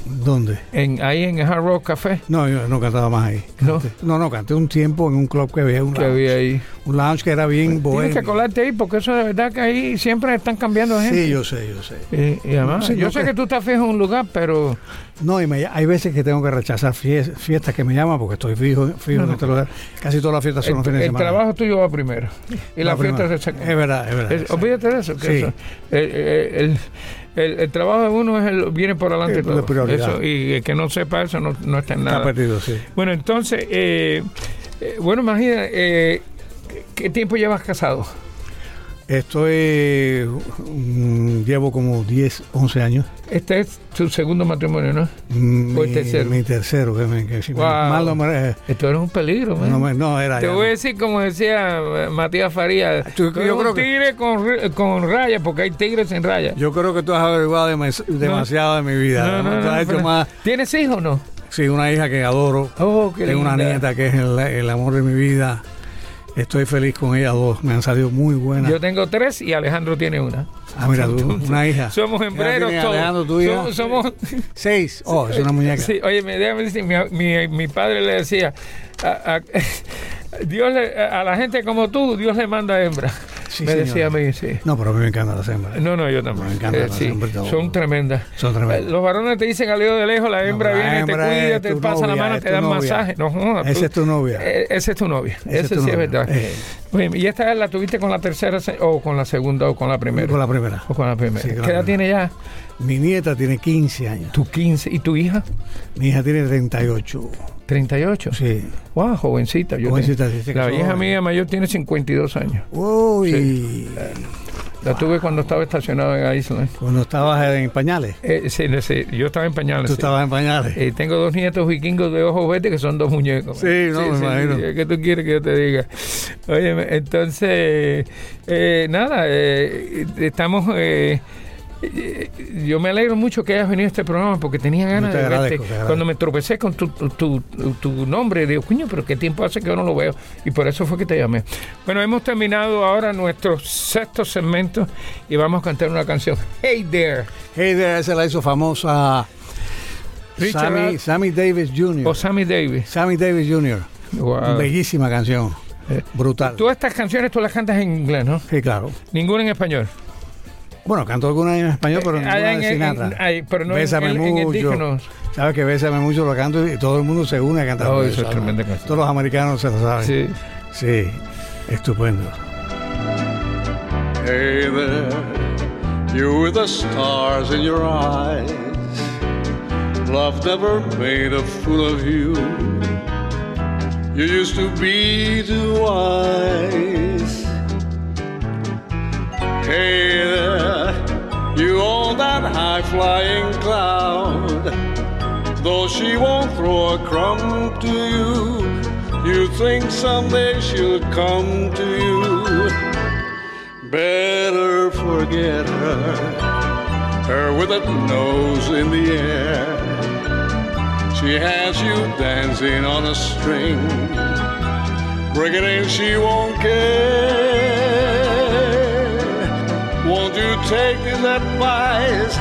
¿Dónde?
En, ahí en el Hard Rock Café
No, yo no cantaba más ahí.
No.
Canté- no, no, canté un tiempo en un club que había, un,
que
lounge,
había ahí.
un lounge que era
Tienes
bien
que
bueno.
colarte ahí porque eso de verdad que ahí siempre están cambiando gente.
Sí, yo sé, yo sé.
Y, y Eh, además,
Sí,
yo
no
sé
sé.
que tú estás fijo en un lugar, pero
No, y me ll- hay veces que tengo que rechazar fies- fiestas que me llaman porque estoy fijo, fijo en este lugar. Casi todas las fiestas son
el,
los fines de
el
semana.
trabajo tuyo va primero. Y la,
primera.
fiesta se saca.
Es verdad, es verdad.
Es-
exacto.
olvídate de eso. que
Sí.
eso- el, el- el- el trabajo de uno es el, viene por delante.
Es la
todo.
prioridad.
Eso, y el que no sepa eso no, no está en
Está
nada.
perdido, sí.
bueno, entonces, eh, eh, bueno, imagina, eh, ¿qué tiempo llevas casado?
Estoy. mm, llevo como 10, 11 años.
Este es tu segundo matrimonio, ¿no?
Mm,
O el
mi-
tercero.
Mi tercero, que, me- que si me-
Wow.
mal no me- eh,
Esto era un peligro, man.
no me- no, era.
Te
Ah, ya,
voy a
no. Ah,
decir, como decía eh, Matías Faría,
Tú-
tú
yo
eres un
creo que-
tigre con, ri- con rayas, porque hay tigres sin rayas.
Yo creo que tú has averiguado demas- demasiado de mi vida.
No,
¿no?
no,
Tú
no,
has hecho
pero-
más.
¿Tienes hijos o no?
Sí, una hija que adoro.
Oh, qué
Tengo una
linda.
nieta que es el, el amor de mi vida. Estoy feliz con ella dos. Me han salido muy buenas.
Yo tengo tres y Alejandro tiene una.
ah, mira, tú, una hija.
Somos
Ya
hembreros
tiene
todos.
Alejandro, tu hija.
Somos- somos-
Seis. Oh, es una
(laughs)
muñeca.
Sí, oye, me- déjame decir, mi, mi- mi padre le decía, a, (laughs) a- Dios le- a la gente como tú, Dios le manda hembra.
Sí,
me
señor.
decía a mí, sí.
No, pero a mí me encantan las hembras.
No, no, yo también.
Me encantan
Eh,
las
sí,
hembras, todo.
son tremendas.
este Son tremendas.
Eh, Los varones te dicen al oído de lejos, la hembra
la
viene, te
hembra
cuida,
es
te
tu
pasa la
novia,
mano,
es
te
tu
da
novia.
masaje. No, jodas,
Esa
tú-
es tu novia.
Eh, esa es tu novia.
Esa es
Esa
tu
sí es
novia.
verdad.
Eh.
Oye, y esta es la tuviste con la tercera se- o con la segunda o con la primera.
Con la primera.
O con la primera.
Sí, con la
¿Qué edad tiene
primera.
ya?
Mi nieta tiene 15 años.
Tu 15 y tu hija
Mi hija tiene 38.
38.
Sí.
Wow, jovencita. Yo
Jovencita,
tengo-
sí, se
la
casó eh.
hija
joven.
mía mayor tiene 52 años.
Uy.
La tuve cuando estaba estacionado en Iceland.
Cuando estabas en pañales.
Eh, sí, no sé, yo estaba en pañales.
Tú
sí.
estabas en pañales.
Eh, tengo dos nietos vikingos de ojos verdes que son dos muñecos.
Sí, no, me imagino.
sí, ¿Qué tú quieres que yo te diga? Oye, entonces, eh, nada, eh, estamos... eh, eh, yo me alegro mucho que hayas venido a este programa porque tenía ganas
te
de
agradezco, te
verte.
agradezco.
Cuando me tropecé con tu, tu, tu- tu nombre, digo, coño, pero qué tiempo hace que yo no lo veo. Y por eso fue que te llamé. Bueno, hemos terminado ahora nuestro sexto segmento y vamos a cantar una canción. Hey there.
Hey there, se la hizo famosa
Richard
Sammy,
Al-
Sammy Davis Jr.
O Sammy Davis.
Sammy Davis Jr.
Wow.
Bellísima canción.
Eh,
Brutal.
Todas estas canciones tú las cantas en inglés, ¿no?
Sí, claro.
Ninguna en español.
Bueno, canto alguna en español, pero
Eh,
ninguna
hay en-
de Sinatra.
en- hay, pero no en-
Bésame
en- en el
mucho.
digno.
Sabes que Bésame mucho lo canto y todo el mundo se une a cantar.
Oh, eso es
Bésame.
tremenda canción.
Todos los americanos se lo saben.
Sí.
Sí. estupendo.
Hey there, you with the stars in your eyes. Love never made a fool of you. You used to be too wise. Hey there, you on that high flying cloud. Though she won't throw a crumb to you, you think someday she'll come to you. Better forget her, her with a nose in the air. She has you dancing on a string. Break it in, she won't care. Won't you take this advice?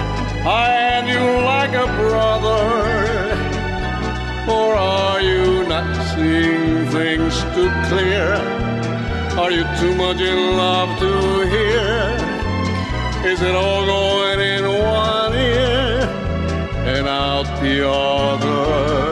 I hand you like a brother. Or are you not seeing things too clear? Are you too much in love to hear? Is it all going in one ear and out the other?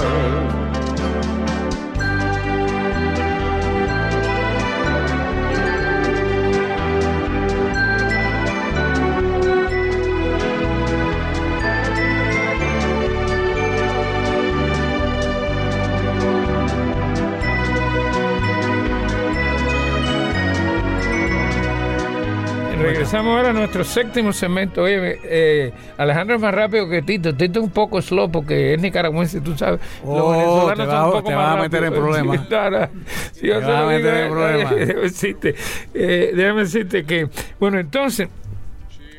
Regresamos ahora a nuestro séptimo segmento. Oye, eh, Alejandro es más rápido que Tito. Tito es un poco slow porque es nicaragüense, tú sabes.
Oh, te vas- te vas a meter en problemas.
problemas. Sí, yo
Te vas a
sé lo que
meter en
te-
problemas.
eh, Déjame decirte, eh, déjame decirte que, bueno, entonces,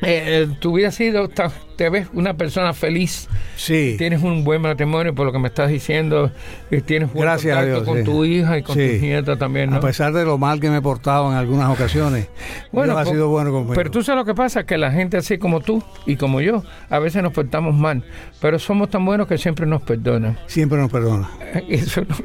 eh, eh, tú hubieras sido, ta- te ves una persona feliz.
Sí.
Tienes un buen matrimonio, por lo que me estás diciendo. y Tienes buen
Gracias a
contacto
Dios,
con
sí.
tu hija y con
Sí.
tus nietas también. ¿no?
A pesar de lo mal que me he portado en algunas ocasiones, Dios ha
po-
sido bueno conmigo.
pues, Pero tú sabes lo que pasa, que la gente así como tú y como yo, a veces nos portamos mal, pero somos tan buenos que siempre nos perdonan. (laughs)
Siempre nos perdona.
Eso no,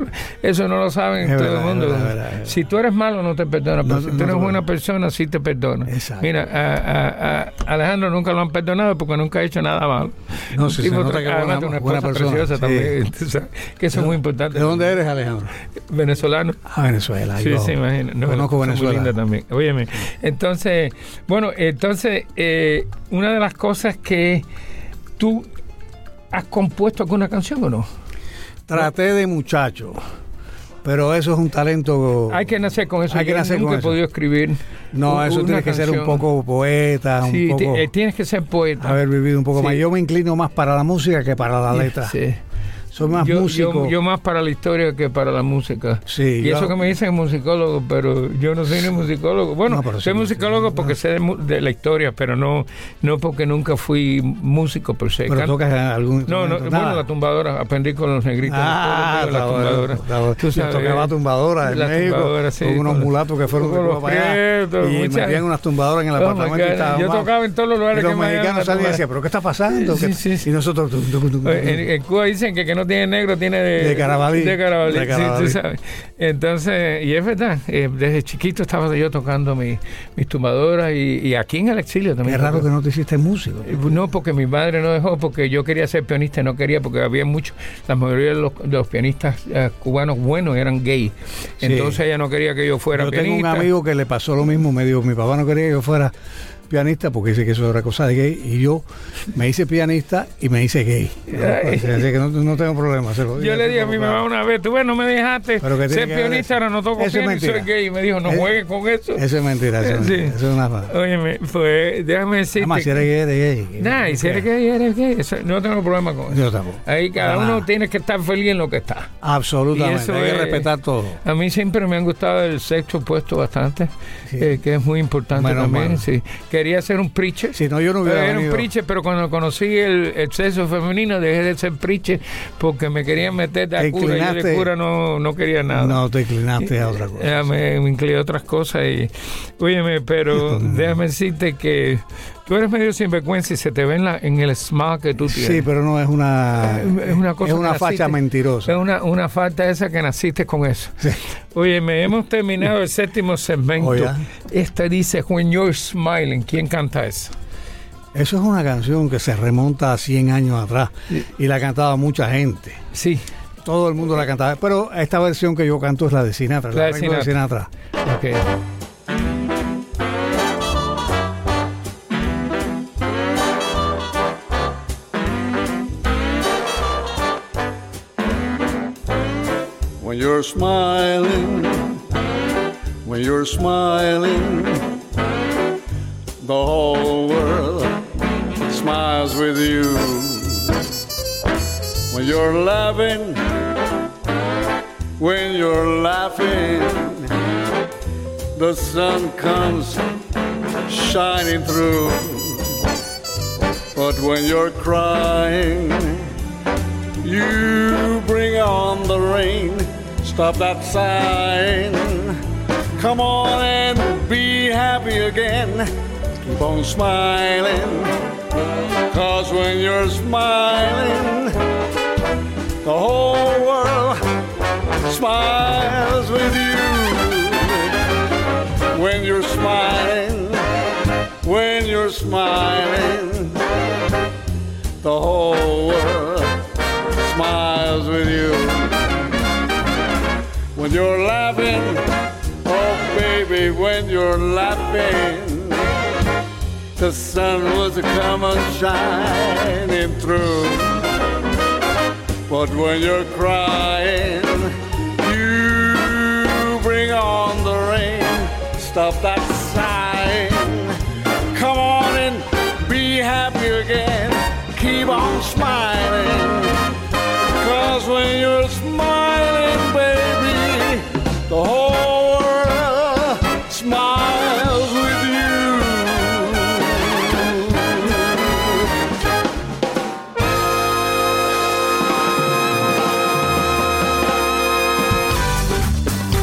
eso no lo saben
Es
todo
verdad,
el mundo.
es verdad, es verdad, es
Si tú eres malo no te perdona, pero
No,
si
no
tú eres
te-
buena persona sí te perdona.
Exacto.
Mira, a, a- a Alejandro nunca lo han perdonado porque nunca ha hecho nada malo.
No, sí, se
Tipo,
nota que es
además
buena-
de
buena persona,
preciosa
sí.
también, (laughs) tú sabes, que eso es muy importante.
¿De dónde eres, Alejandro?
Venezolano.
A Venezuela.
Ah, Sí,
yo
sí, imagino. No,
Conozco
son muy lindas
Venezuela.
también. Óyeme. Entonces, bueno, entonces, eh, una de las cosas que tú has compuesto alguna canción o no?
Traté de muchacho, pero eso es un talento.
Hay que nacer con eso.
Oh. Hay que
Yo
nacer
nunca
con
he
eso.
podido escribir.
No,
u-
eso
una
tienes que ser un
canción.
poco poeta, un
Sí, ti-
poco.
eh, tienes que ser poeta.
haber vivido un poco
Sí.
más. Yo me inclino más para la música que para la letra.
Sí.
Soy más
Yo,
músico.
yo, yo más para la historia que para la música.
Sí,
y
yo-
eso que me dicen musicólogo, pero yo no soy ni musicólogo. Bueno,
No, pero
soy
sí,
musicólogo
sí,
porque sé de, mu- de la historia, pero no no porque nunca fui músico por se.
pero tocas algún.
No, no,
instrumento,
bueno,
nada.
la tumbadora, aprendí con los negritos.
Ah,
todos los días
está
la
bueno,
tumbadora.
está bueno.
Tú
Yo
sabes, eh,
tocaba tumbadoras en
la
México
tumbadora, sí,
con unos
con-
mulatos que fueron de
con los
Cuba para allá
prietos,
y
muchas-
metían unas tumbadoras en el
Oh, my
apartamento y
God.
estaban
Yo
mal.
tocaba en todos los lugares
y los
que me daban la
mexicanos
tumbadora.
salían y decían, ¿pero qué está pasando?
Sí,
¿Qué-
sí, sí.
Y nosotros... tu- tu- tu- tu-
Eh, En, en Cuba dicen que que no tiene negro tiene de,
De Carabalí.
de Carabalí,
De
sí,
Carabalí.
tú sabes. Entonces, y es verdad, eh, desde chiquito estaba yo tocando mi- mis tumbadoras y, y aquí en el exilio también.
Es raro
tocaba.
que no te hiciste músico.
Eh, No, porque mi madre no dejó, porque yo quería ser pianista, y no quería, porque había muchos, la mayoría de los, de los pianistas eh, cubanos buenos eran gay.
Sí.
Entonces ella no quería que yo fuera
Yo tengo un
pianista.
amigo que le pasó lo mismo, me dijo, mi papá no quería que yo fuera pianista porque dice que eso era cosa de gay y yo me hice pianista y me hice gay.
(laughs) Ay.
Así que no, no tengo problema. se lo dije
Yo le
así
dije a
como
mi
claro.
mamá una vez, tú ves, no me dejaste
Pero que tiene
ser
que ver
pianista,
eso.
ahora no toco
Eso es
piano y soy
mentira.
gay. Y me dijo, no
Eh,
juegues con eso.
Eso es mentira, eso es,
Sí.
mentira, eso es una fada.
Óyeme, pues déjame decirte.
Además, si eres gay, eres gay.
Nah, y si eres gay, eres gay. Eso- no tengo problema con eso.
Yo tampoco.
Ahí cada
Para
uno
nada.
tiene que estar feliz en lo que está. Y
Absolutamente,
eso
hay que
es-
respetar todo.
A mí siempre me han gustado el sexo puesto bastante,
Sí.
eh, que es muy importante
Menos
también.
mal.
sí. Quería ser un preacher.
Si no, yo no hubiera
era un
venido.
preacher, pero cuando conocí el, el sexo femenino dejé de ser preacher porque me querían meter de
Te
cura y yo de
inclinaste.
cura no, no quería nada. Eh,
No, te inclinaste a otra cosa.
Ya me, me incliné a otras cosas y. Óyeme, pero déjame decirte que tú eres medio sinvergüenza y se te ve en, la- en el smog que tú tienes.
Sí, pero no es una,
Es una cosa
es una
que
facha
naciste.
mentirosa.
Es una, una falta esa que naciste con eso.
Sí.
Óyeme, hemos terminado el séptimo segmento.
Oye.
Este dice When You're Smiling. ¿Quién canta eso?
Eso es una canción que se remonta a 100 años atrás y la cantaba mucha gente.
Sí.
todo el mundo la cantaba. Pero esta versión que yo canto es la de Sinatra,
La de
arreglo
Sinatra. Ok.
When you're smiling, when you're smiling, the whole world smiles with you. When you're laughing, when you're laughing, the sun comes shining through. But when you're crying, you bring on the rain. Stop that sign. Come on and be happy again. Keep on smiling. Cause when you're smiling, the whole world smiles with you. When you're smiling, when you're smiling, the whole world smiles with you. When you're laughing, oh baby, when you're laughing, the sun was coming shining through. But when you're crying, you bring on the rain. Stop that sighing. Come on and be happy again. Keep on smiling. Cause when you're smiling, baby, the whole world smiles with you.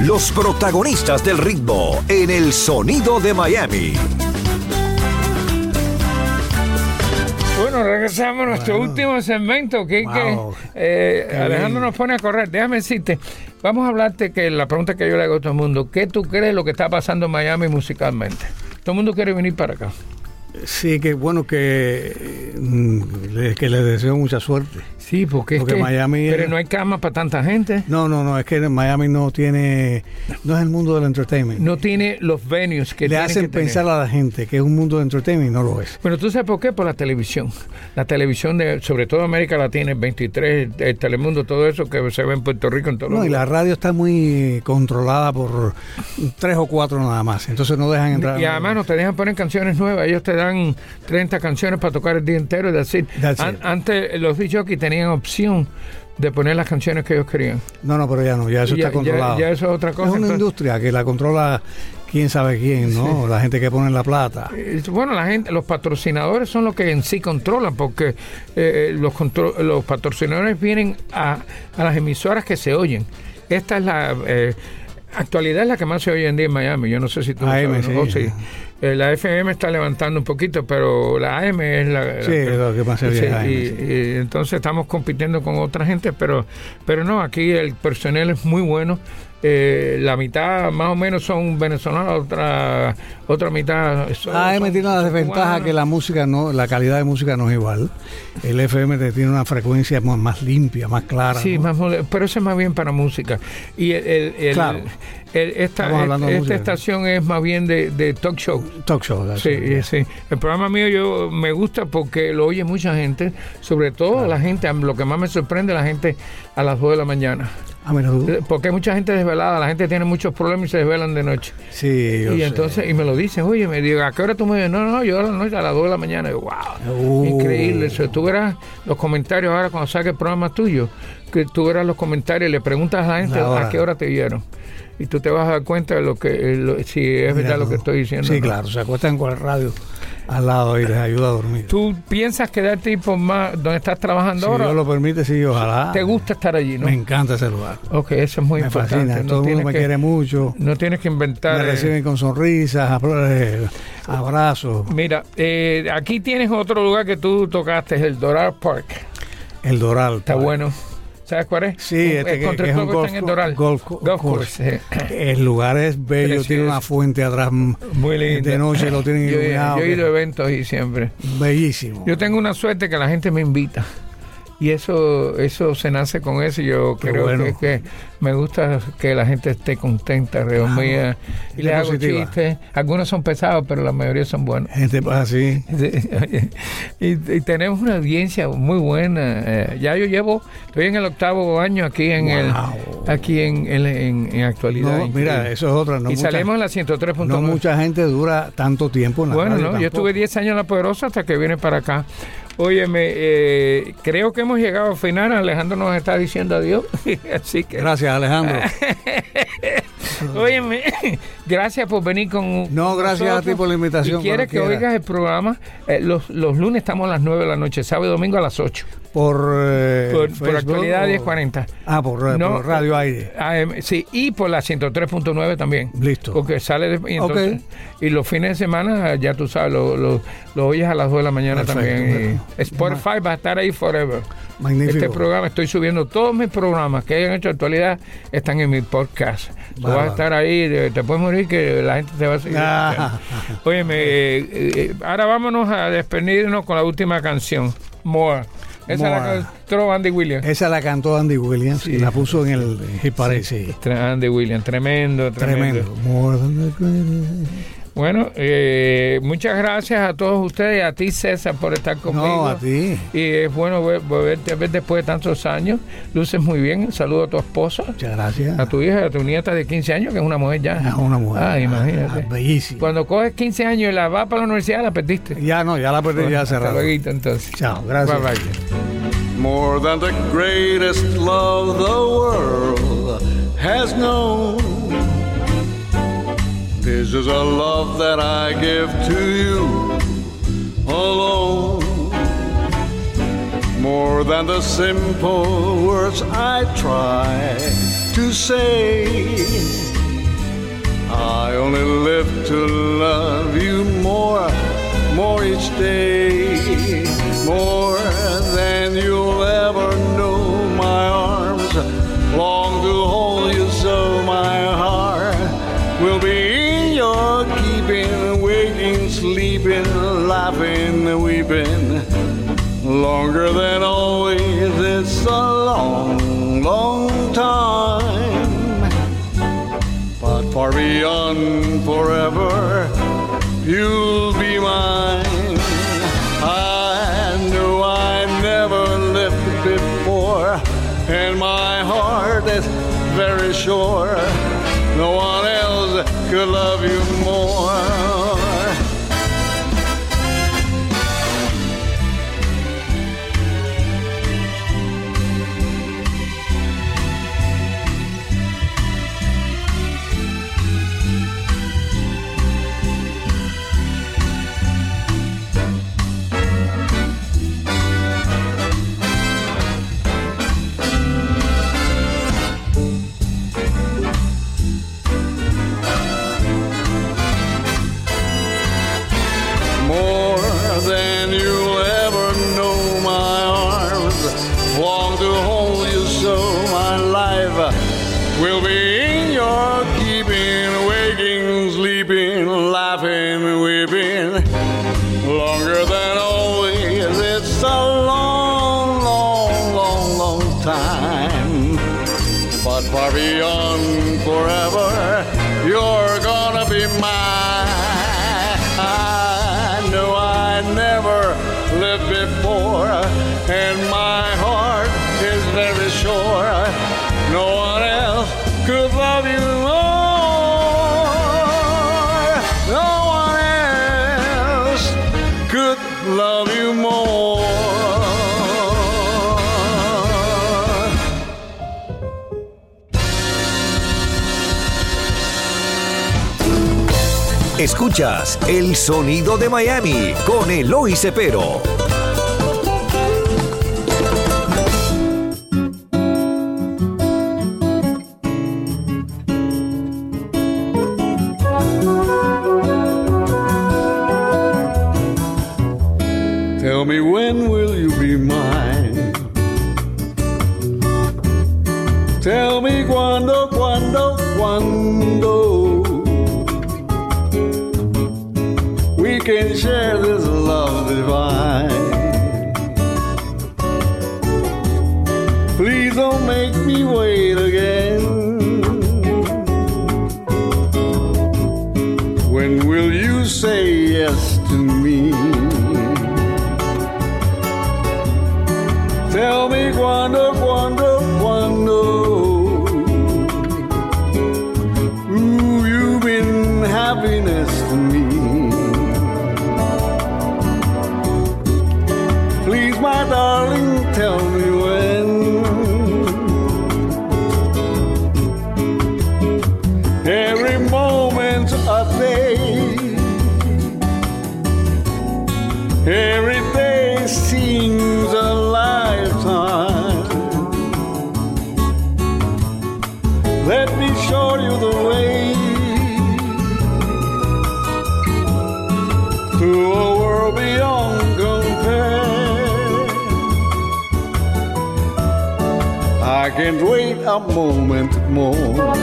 Los protagonistas del ritmo en el sonido de Miami.
Bueno, regresamos a nuestro último segmento, que eh,
Wow.
Alejandro
bien.
nos pone a correr. Déjame decirte, vamos a hablarte que la pregunta que yo le hago a todo el mundo, ¿qué tú crees lo que está pasando en Miami musicalmente? Todo el mundo quiere venir para acá.
Sí, que bueno que, eh, mm, le- que les deseo mucha suerte.
Sí, porque, es
Porque
que-
Miami
pero
es-
no hay camas para tanta gente.
No, no, no, es que Miami no tiene, no es el mundo del entertainment.
No tiene los venues que
le
tienen
hacen
que tener.
pensar a la gente que es un mundo de entertainment y no lo es.
Bueno, ¿tú sabes por qué? Por la televisión. La televisión, de, sobre todo América Latina, el 23, el, Telemundo, todo eso que se ve en Puerto Rico, en todos
No,
los
y la radio está muy controlada por tres o cuatro nada más, entonces no dejan entrar.
Y además no te dejan poner canciones nuevas, ellos te dan 30 canciones para tocar el día entero, es decir,
That's
an-
it.
antes los que tenían opción de poner las canciones que ellos querían.
No, no, pero ya no, ya eso
Ya-
está controlado.
ya- ya eso es otra cosa,
Es una
entonces.
industria que la controla quién sabe quién, ¿no? La gente que pone la plata.
Eh, Bueno, la gente, los patrocinadores son los que en sí controlan, porque eh, los, contro- los patrocinadores vienen a, a las emisoras que se oyen. Esta es la eh, actualidad es la que más se oye en día en Miami. Yo no sé si tú lo
AM,
sabes, ¿no?
sí.
Oh, Eh, la FM está levantando un poquito, pero la AM es la, la
Sí, es lo que más se oye, la AM,
y-
sí.
y entonces estamos compitiendo con otra gente, pero, pero no, aquí el personal es muy bueno. Eh, la mitad más o menos son venezolanos, otra otra mitad son,
AM tiene Ah, la desventaja que la música no, la calidad de música no es igual. El FM te tiene una frecuencia más, más limpia, más clara.
Sí,
¿no?
más mole- pero eso es más bien para música. Y el, el- el-
Claro.
el- esta,
Estamos hablando de
esta
música.
estación es más bien de, de talk show.
Talk show. that's
Sí,
it, yeah.
sí. El programa mío yo me gusta porque lo oye mucha gente, sobre todo la gente, lo que más me sorprende la gente a las 2 de la mañana.
Ah, mira tú.
Eh, Porque hay mucha gente desvelada, la gente tiene muchos problemas y se desvelan de noche.
Sí, yo
y
sé.
entonces, y me lo dicen, oye, me digo, ¿a qué hora tú me dices? No, no, yo a la noche a las 2 de la mañana. Y yo, wow,
Oh.
increíble. Eso. Tú verás los comentarios ahora cuando saque el programa tuyo, que tú verás los comentarios y le preguntas a la gente
La hora.
a qué hora te vieron. Y tú te vas a dar cuenta de lo que, eh, lo- si es
Mira
verdad lo
tú.
que estoy diciendo.
Sí,
¿no?
claro, se acuestan con el radio al lado y les ayuda a dormir.
¿Tú piensas quedarte ahí por más donde estás trabajando
si
ahora?
Dios lo permite, sí, ojalá.
¿Te gusta estar allí, no?
Me encanta ese lugar.
Ok, eso es muy
me
importante. No
fascina. Todo el mundo
tienes
me
que-
quiere mucho.
No tienes que inventar.
Me
eh,
reciben con sonrisas, (laughs) apro- eh, abrazos.
Mira, eh, aquí tienes otro lugar que tú tocaste, es el Doral Park.
El Doral.
Está
padre.
bueno. ¿Sabes cuál es?
Sí, este
el
que- que es
contractor
un
que está en el
golf-
Doral.
golf co-
course.
course. (laughs)
eh.
El lugar es bello,
Precioso.
tiene una fuente atrás mm,
Muy lindo.
de noche, lo
(laughs)
tienen
Yo, he-
iluminado.
yo he
que-
ido a eventos ahí siempre.
Bellísimo.
Yo tengo una suerte que la gente me invita. Y eso, eso se nace con eso. Yo
Qué
creo
bueno.
que, que me gusta que la gente esté contenta, reunida. y
gente
les hago
positiva.
chistes. Algunos son pesados, pero la mayoría son buenos.
Gente pues, así.
(laughs) y, y tenemos una audiencia muy buena. Eh, ya yo llevo, estoy en el octavo año aquí en el,
Wow.
aquí en, en, en- en actualidad.
No, mira, eso es otra. No
y
mucha-
salimos en la 103.9.
no mucha gente dura tanto tiempo en la
Bueno,
radio
no, yo
tampoco.
estuve 10 años en La Poderosa hasta que vine para acá. Óyeme, eh, creo que hemos llegado al final. Alejandro nos está diciendo adiós. (laughs) Así que,
Gracias, Alejandro.
Ah. óyeme, (laughs) gracias por venir con
No, gracias a ti por la invitación,
Y quieres que
cuando quieras.
oigas el programa. eh, los, los lunes estamos a las 9 de la noche, sábado y domingo a las 8.
(laughs) Por, eh,
Por, por
Facebook
actualidad
o-
1040.
Ah, por, eh,
No,
por Radio Aire.
AM, sí, y por la 103.9 también.
Listo.
Porque sale de, y, entonces- y los fines de semana, ya tú sabes, lo, lo, lo oyes a las 2 de la mañana
Perfecto,
también.
perfecto.
Y Spotify va a estar ahí forever.
Magnífico.
Este programa, estoy subiendo todos mis programas que hayan hecho actualidad, están en mi podcast. Tú vas a
Bárbaro.
estar ahí, de- te puedes morir que la gente te va a seguir.
Ah. (laughs)
Óyeme, eh, eh, ahora vámonos a despedirnos con la última canción, Moa. Esa es la
Moa. Eh.
que entró Andy Williams.
Esa la cantó Andy Williams
Sí.
y la puso en el Hit Parade, sí.
Tre- Andy Williams, tremendo, tremendo.
Tremendo. More than the greatest.
Bueno, eh, muchas gracias a todos ustedes, a ti César por estar conmigo.
No, a ti.
Y es bueno ver- volverte a ver después de tantos años. Luces muy bien. Saludo a tu esposa,
Muchas
a
gracias.
tu hija, a tu nieta de 15 años, que es una mujer ya.
Es una mujer.
Ah, imagínate.
Ah, bellísima.
Cuando coges 15 años y la vas para la universidad, la perdiste.
Ya no, ya la perdí, ya
Hasta
cerrado.
luego, entonces.
Chao, gracias.
Bye, bye.
More than the greatest love the world has known. This is a love that I give to you alone. More than the simple words I try to say. I only live to love you more, more each day. More than you'll ever know. My arms long to hold you so. My heart will be in your keeping, waking, sleeping, laughing, weeping. Longer than always, it's a long, long time but far beyond forever, you'll be mine. I know I never lived before, and my heart is very sure no one else could love you more. more than you'll ever know. My arms long to hold you so. My life will be in your keeping, waking, sleeping, laughing, weeping. Longer than always, it's a long, long, long, long time. But far beyond forever, you're gonna be mine. I know I never lived before, and my heart is very sure no one else could love you more. No one else could love you more.
Escuchas El Sonido de Miami con Eloy Cepero.
Tell me when will you be mine? Tell me cuando, cuando, cuando we can share this love divine. yes to me. Tell me cuando, cuando, cuando Ooh, you've been happiness to me. Please, my darling, tell me when. Every moment a day, every day seems a lifetime. Let me show you the way to a world beyond compare. I can't wait a moment more.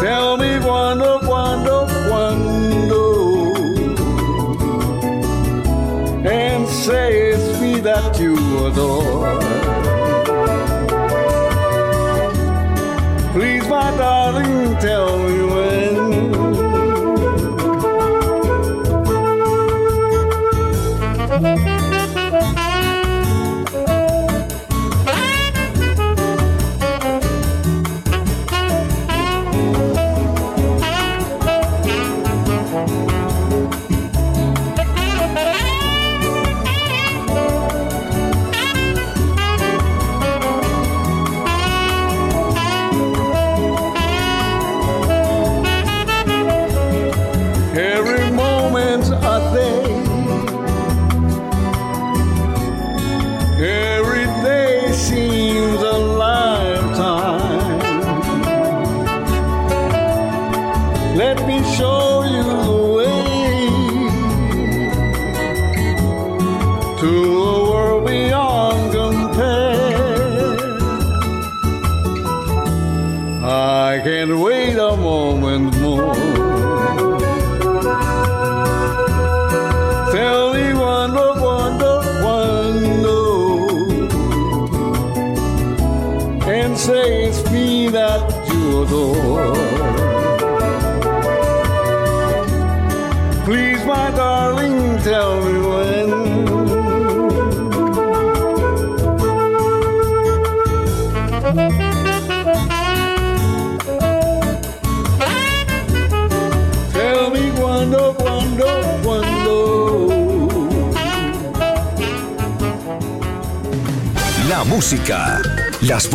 Tell me cuando, cuando, cuando, and say it's me that you adore. Please, my darling, tell me when. Every moment a day. Every day seems a lifetime. Let me show you the way to a world beyond compare. I can't wait a moment more. Tell me wonder, wonder, wonder, and say it's me that you adore. Please, my darling, tell me when. Tell me cuando, cuando, cuando.
La música, las